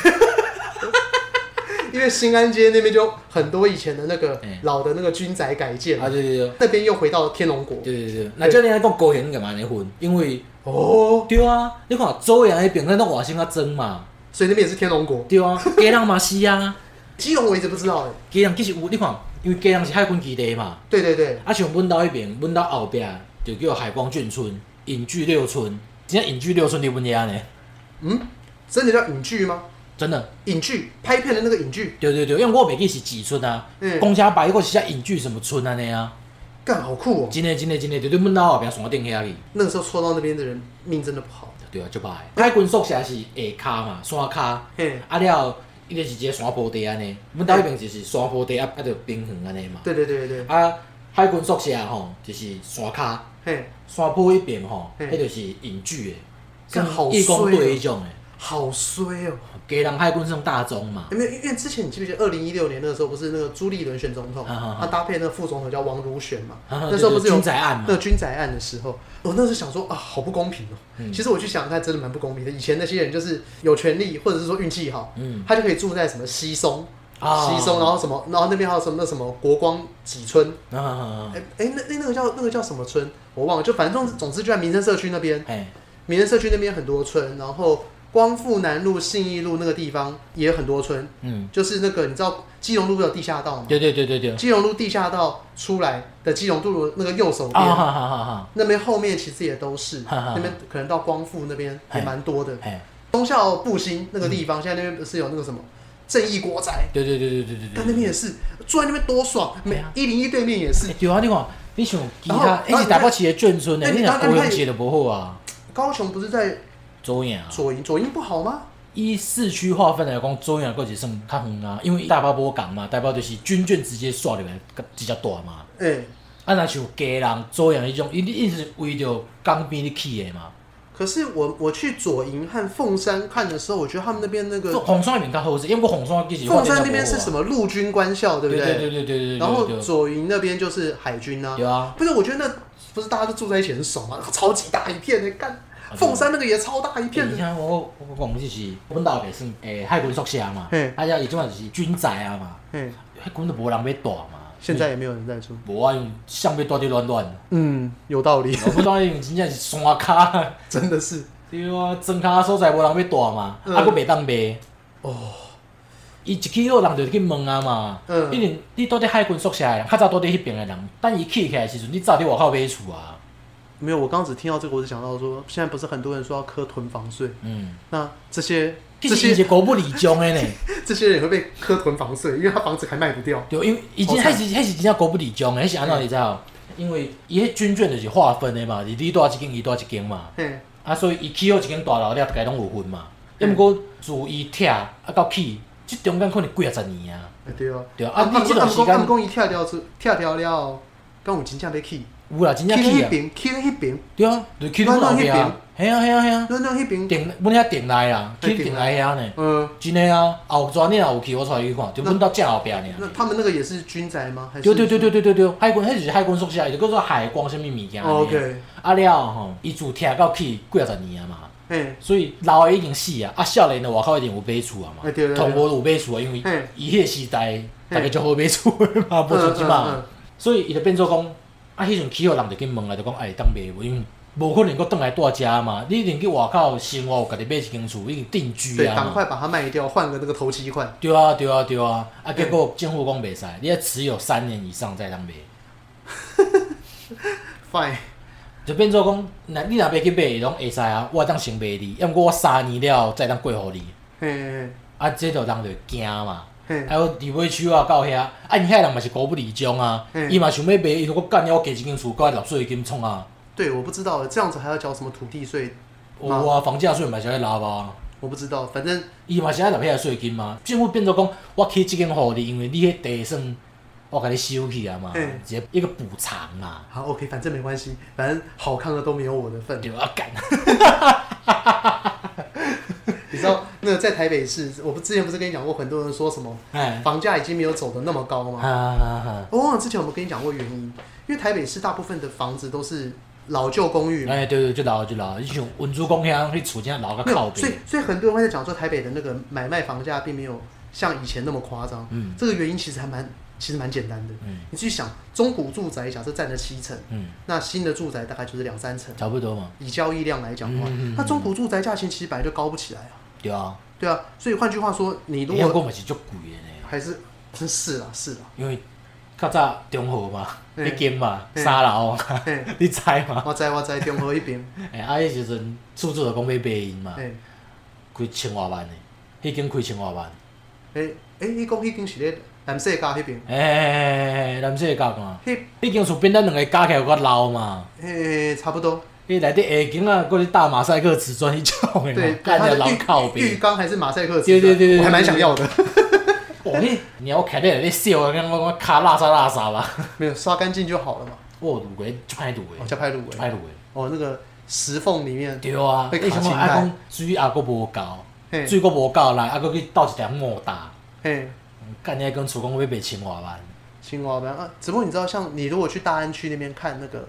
因为新安街那边就很多以前的那个
哎
老的那个军宅改建，
啊对对对
那边又回到天龙国。
对对对，那教练讲高雄干嘛尼分？因为
哦，
对啊，你看周洋迄边那外省较争嘛，
所以那边也是天龙国。
对啊，鸡人嘛是啊，
基隆我一直不知道哎、
鸡人其实有你看，因为鸡人是海军基地嘛，
对对对，
啊像阮兜迄边，阮兜后壁就叫海光眷村、隐居六村，真正隐居六村伫阮遐啊呢，
嗯，真的叫影剧吗？
真的，
影剧拍片的那个影剧，
对对对，因为我袂记是几村啊
嗯，
公家白或是叫隐居什么村安尼啊，
干好酷哦、
真诶真诶真诶，就对阮兜后壁山顶遐哩，
那个时候戳到那边的人命真的不好。
对啊，足歹。海军宿舍是下骹嘛，山骹，
嘿，
啊了，伊就是一个山坡地安尼，阮兜迄边就是山坡地啊，啊着平衡安尼嘛。
对对对对对，
啊，海军宿舍吼，就是山骹
嘿，
山坡迄边吼，
嘿
迄就是隐居的，
干好
义工
衰
队
哦
迄种的。
好衰哦、
给人海军是用大中嘛，
有没有？因为之前你记不记得二零一六年那个时候，不是那个朱立伦选总统，
啊啊啊
他搭配那个副总统叫王如选嘛？
啊
那时候不是有
对对军宅案嘛
那个军宅案的时候，我那时候想说啊，好不公平哦、
嗯
其实我去想，看，真的蛮不公平的。以前那些人就是有权利，或者是说运气好，
嗯
他就可以住在什么西松。
啊
西松，然后什么，然后那边还有什么那什么国光几村，
啊啊啊
哎、哎，那那那个叫那个叫什么村，我忘了，就反正总总之就在民生社区那边，
哎，
民生社区那边很多村，然后光复南路、信义路那个地方也有很多村，
嗯，
就是那个你知道基隆路不是有地下道吗？
对对对对对，
基隆路地下道出来的基隆路那个右手边，
啊哈哈哈哈，
那边后面其实也都是，
哈哈哈
那边可能到光复那边也蛮多的。
哎，
忠孝复兴那个地方，现在那边不是有那个什么正义国宅，
对对对对对对对，
但那边也是住在那边多爽，
嗯对
每
啊
一零一对面也是
欸。对啊，你看，你想其
然后
他，
然
一
后
是台北市的眷村的，欸
那你
你若
那
高
你
雄
看
市就无好啊，
高雄不是在
左营啊，
左营，左营不好吗？
以市区划分来讲，左营还是算较远啊，因为大巴波港嘛，大巴就是军眷直接刷入来，比较大嘛。
哎、
啊，若像家人左营迄种，伊伊是为着江边咧起的嘛，
可是我我去左营和凤山看的时候，我觉得他们那边那个
红山那边较好势，因为红山其实
凤山那边是什
么？
么陆军官校，对
对
不
啊对对对对对，
然后
对对
左营那边就是海军啊
对，啊，
不是，我觉得那不是大家都住在一起很爽吗？超级大一片的、干
啊
凤山那个也超大一
欸
片
你
的。
看我我讲就是，阮老爸算诶海军宿舍嘛
嘿，
啊，伊即嘛就是军宅啊嘛，
嗯，
迄根本就无人要住嘛。
现在也没有人在住。
无啊，用相被带得乱乱，
嗯，有道理，
我不当用真正是山骹，
[LAUGHS] 真的是
对啊，庄骹所在无人要住嘛，
嗯
啊，佫袂当卖。
哦。
伊一起好，人就去问啊嘛。
嗯
一定你住伫海军宿舍的人，较早住伫迄边的人，等伊起起来的时阵，你早伫外口买厝啊。
没有，我刚刚只听到这个，我只想到说，现在不是很多人说要磕囤房税，
嗯，
那这些
其
这
实伊
些
是狗不理想的呢，
[LAUGHS] 这些人也会被磕囤房税，因为他房子还卖不掉。
对，因为伊真
好惨嗯
迄是迄是真正狗不理想的，迄是安怎你知道？因为伊迄军眷就是划分的嘛，是你住一间，伊住一间嘛。
嘿，
啊，所以伊起好一间大楼了，大家拢有份嘛。
嗯
要毋过自伊拆啊到起，即中间可能几啊十年啊。
哎对哦。
对啊，啊，你即
暗
段时
公暗
间
公一跳掉之跳掉了，刚有真正被起，
有啦，真
起了
正起
那
啊，
边，起了那边，
对啊，就起阮后壁啊，嘿啊嘿啊嘿啊，
那那那边，
定阮遐定内啊，
嘿
去定内遐呢，
嗯，
真诶啊，后转你若有去，我带你去看，就阮到正后壁
那
尔。
他们那个也是军宅吗？还是
对对对对对对对，海军迄就是海军宿舍，伊就叫做海光什物物件。
哦，OK，
啊了吼，伊自拆到起几啊十年啊嘛。
嘿，
所以老的已经死啊，啊少年的外口一定有买厝啊嘛
哎对对，对
同无有买厝啊，因
嘿
为伊迄个时代
嘿
大家就好买厝的嘛，无像
嗯
即
嗯
嘛
嗯，
所以伊就变做讲，啊迄阵起互人就去问啊，就讲哎当卖无，因为无可能搁倒来住遮嘛，你一定去外口生活，有家己买一间厝，已经定居
对，
啊
赶
嘛。
快把它卖掉，换个那个头期款。
对啊，对啊，对啊！啊，结果政府讲袂
嗯
使，你要持有三年以上才当卖，
Fine，
就变做讲，那你若要去买，拢会使啊，我当先卖你，要毋过我三年了后再当过互你，
嘿
啊，这就人就惊嘛。
嘿嘿，
还有离尾区啊，到遐，啊，因遐人嘛是高不离疆啊
嗯，
伊嘛想要卖，伊说我干了，我加一间厝，我纳税金创啊，
对，我不知道，这样子还要交什么土地税？
有
嘛
啊，房价税嘛是啊爱拉吧，
我不知道，反正
伊嘛是爱纳遐税金嘛，政府变做讲，我起即间互你，因为你迄地算我甲你收起啊嘛
嗯，
一个一个补偿嘛，
好 OK，反正没关系，反正好看的都没有我的份。
对啊，干，
你知道那个在台北市，我不之前不是跟你讲过，很多人说什么
哎，
房价已经没有走的那么高
啊
吗？
啊啊，
我忘了之前我们跟你讲过原因，因为台北市大部分的房子都是老旧公寓嘛，
哎，对对，就老就老，你像文珠公遐，迄厝真老
没
个啊靠
有，所
边
以，所以很多人会在讲说台北的那个买卖房价并没有像以前那么夸张。
嗯
这个原因其实还蛮其实蛮简单的。
嗯
你去想，中古住宅假设占了七成，
嗯，
那新的住宅大概就是两三成。
差不多嘛，
以交易量来讲的话，
嗯嗯嗯
那中古住宅价钱其实本来就高不起来啊。
对啊，
对啊，所以换句话说，你如
你遐
果
讲嘛是足贵的呢。
还是真是啦
[LAUGHS]
是啦，
因为较早中和嘛，
嗯
迄间嘛，
嗯
三楼嘛，
嘿，
你知嘛？
我知我知，中和一
[LAUGHS]
边，
哎，啊，迄时阵厝主就讲要卖因嘛，
嘿，
开千外万的，迄间开千外万，
诶诶，伊讲迄间是咧南世家迄边，
哎，南西角嘛，
迄
迄间厝变咱两个加起来有较老嘛，
嘿差不多，
迄内底下间啊，搁是大马赛克瓷砖迄种的
对
嘛，，
它
干了
的
老靠
浴浴
边。
缸还是马赛克瓷砖，
对对对对
我还蛮想要的。
哦，你你要我徛伫内底笑，我讲我骹垃圾垃圾吧，
[LAUGHS] 没有刷干净就好了嘛。
我有过就歹路
哦，
的，
叫派入
就
围
歹路的。
哦，那个石缝里面，
哎对啊，
被
你
卡
想
青
讲啊
苔
讲水啊，搁无够，
嘿，
水搁无够来，啊，搁去倒一条木搭。
嘿，
干你还跟厨工要被青蛙吧？
青蛙班啊。只不过你知道，像你如果去大安区那边看那个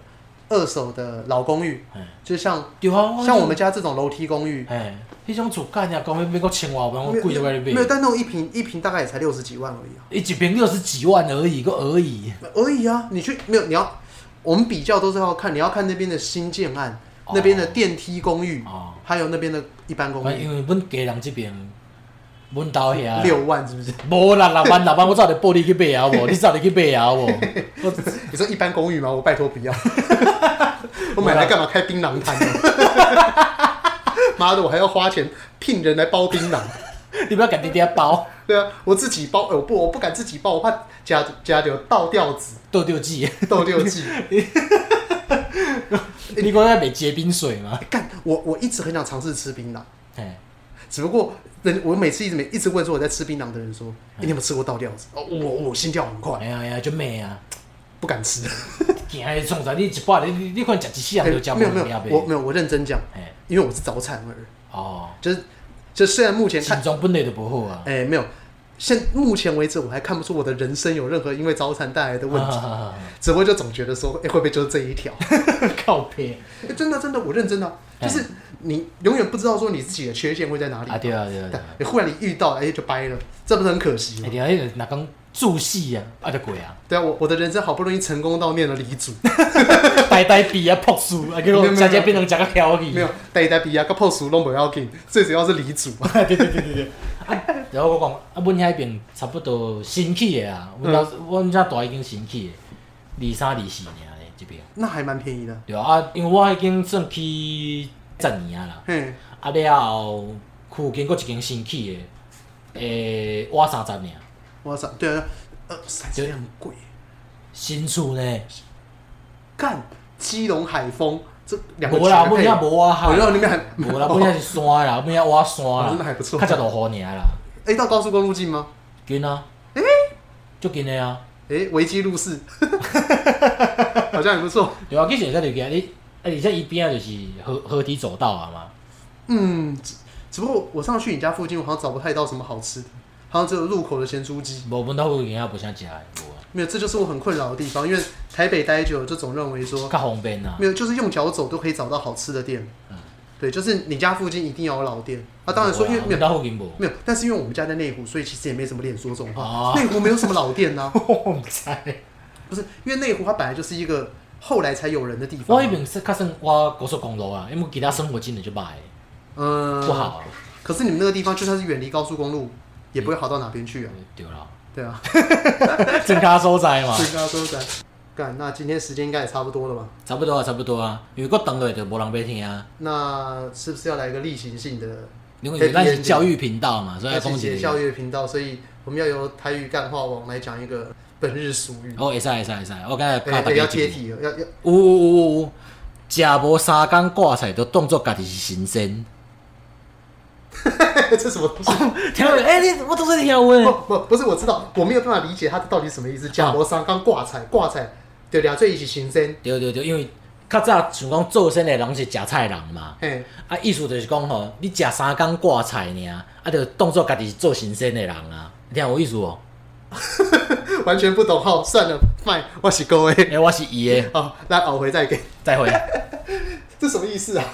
二手的老公寓，
嗯，
就像
对啊，
像我们家这种楼梯公寓，
哎，迄种厝干你还讲要买个青蛙班，我
没有
贵就该
没
你
有没有，
买。
但那种一平一平大概也才六十几万而已啊，
伊一瓶六十几万而已，个而已。
而已啊。你去没有？你要我们比较都是要看，你要看那边的新建案，那边的电梯公寓，
哦，
还有那边的一般公
反正
寓，
因为阮家人这边，阮兜遐。
六万是不是？
无啦，六万六万，我早就报你去买啊，无？你早就去买啊，无？我
你说一般公寓吗？我拜托不
[LAUGHS]
要，我买
啊
来干嘛？开槟榔摊哦。妈的，我还要花钱聘人来包槟榔。
你不要赶弟弟包
对啊，我自己包，呃我不，我不敢自己包，我怕加加掉倒吊子、
豆豆剂，
倒吊
[LAUGHS]
剂。
你讲在买结冰水吗？
干，我我一直很想尝试吃槟榔，
哎，
只不过人我每次一直每一直问说我在吃槟榔的人说，欸你有没有吃过倒吊子？哦，我我心跳很
哎
快，
呀哎呀，就买啊！不
不敢吃。
惊还创啥？你一百你你你可能食一世人就
欸
食
没有没
不了
有，我没
呗。
有，我认真讲，
哎，
因为我是早产儿，
哦，
就是就虽然目前看
心脏本来就不好啊。
哎、没有，现目前为止我还看不出我的人生有任何因为早产带来的问题，
啊
只不过就总觉得说，哎、会不会就是这一条？
靠边
[LAUGHS] 哎、真的真的，我认真的啊、
哎
就是你永远不知道说你自己的缺陷会在哪里
啊！对啊对啊对啊！
对忽然你遇到，哎、就掰了，这不是很可惜
哎
吗？
对啊，迄个若讲注戏啊，啊就过啊，
对啊，我我的人生好不容易成功到念了离组，
哎呆呆逼啊，朴素啊，结
没
果
有没有
直接变成食个飘去。
没有，带一啊带比亚个 pose 都不要紧，最主要是离组嘛。
[LAUGHS] 对对对对对。啊，然后我讲，啊，阮遐边差不多新起的啊，阮老阮遮大已经新起的，二三二四年嘞，即边。
那还蛮便宜的，
对啊啊，因为我已经算去十年啊啦，
嘿，
啊了后附近佫一间新起的，诶、我三十年，
哇塞，对啊，呃，三十很贵，
新厝呢，
干基隆海风这两个
无啦，
全
阮
配，
遐无我海
我，让你们还 [LAUGHS]
无啦，阮遐是山啦，阮遐我山
哦
啦，
真
[LAUGHS]
的还不错
较食落雨尔啦，
哎、到高速公路近吗？
近啊，诶、足近的啊，
哎、维基路四， [LAUGHS] 好像也不错。
对啊，其实会使入去啊，你啊而且伊边啊就是河河堤走道啊嘛，
嗯，只只不过我上去你家附近，我好像找不太到什么好吃的，好像只有入口的咸猪鸡。
无阮兜附近啊无啥食的，无啊，
没有，这就是我很困扰的地方，因为台北待久了就总认为说，
较方便啊，
没有，就是用脚走都可以找到好吃的店。对，就是你家附近一定要有老店。啊，当然说，因为没
阮
有
兜附近无，
没有，但是因为我们家在内湖，所以其实也没什么脸说这种
哦
话。内湖没有什么老店啊呐、
我毋知。
不是，因为内湖它本来就是一个后来才有人的地方
我
啊。
迄边是较算我高速公路啊，因为其他生活技能就歹，
嗯，
不好啊，
可是你们那个地方就算是远离高速公路，也不会好到哪边去啊。
对啦，
对啊，
增加所在
[LAUGHS]
嘛
所，以跟他说在干。那今天时间应该也差不多了吧？
差不多啊，差不多啊，因为我等落就无人要听啊，
那是不是要来一个例行性的
因为咱是教育频道嘛，所以要
要
讲
情节
一
校
个，
阅频道？所以我们要由台语干话网来讲一个本日俗语。
哦，会使会使会使，我刚才
哎、
拍大
哎要
家
贴
一句，
题了，要 [LAUGHS] 要
有有有有有，食无三工挂菜，就当做家己是神仙。
这什么东西？
听到没？哎，你我都在听我
不
的，
不不是，我知道，我没有办法理解它到底什么意思。假罗三刚挂彩挂彩，对俩最一起行身。
对对对，因为较早想讲做生的人是食菜人嘛。
嘿，
啊，意思就是讲吼，你食三工挂菜尔，啊，就当做家己是做神仙的人啊，你听有意思无？
完全不懂好，算了，卖我是各位。
诶、我是伊的，
好，那熬回再给，
再会。
这什么意思啊？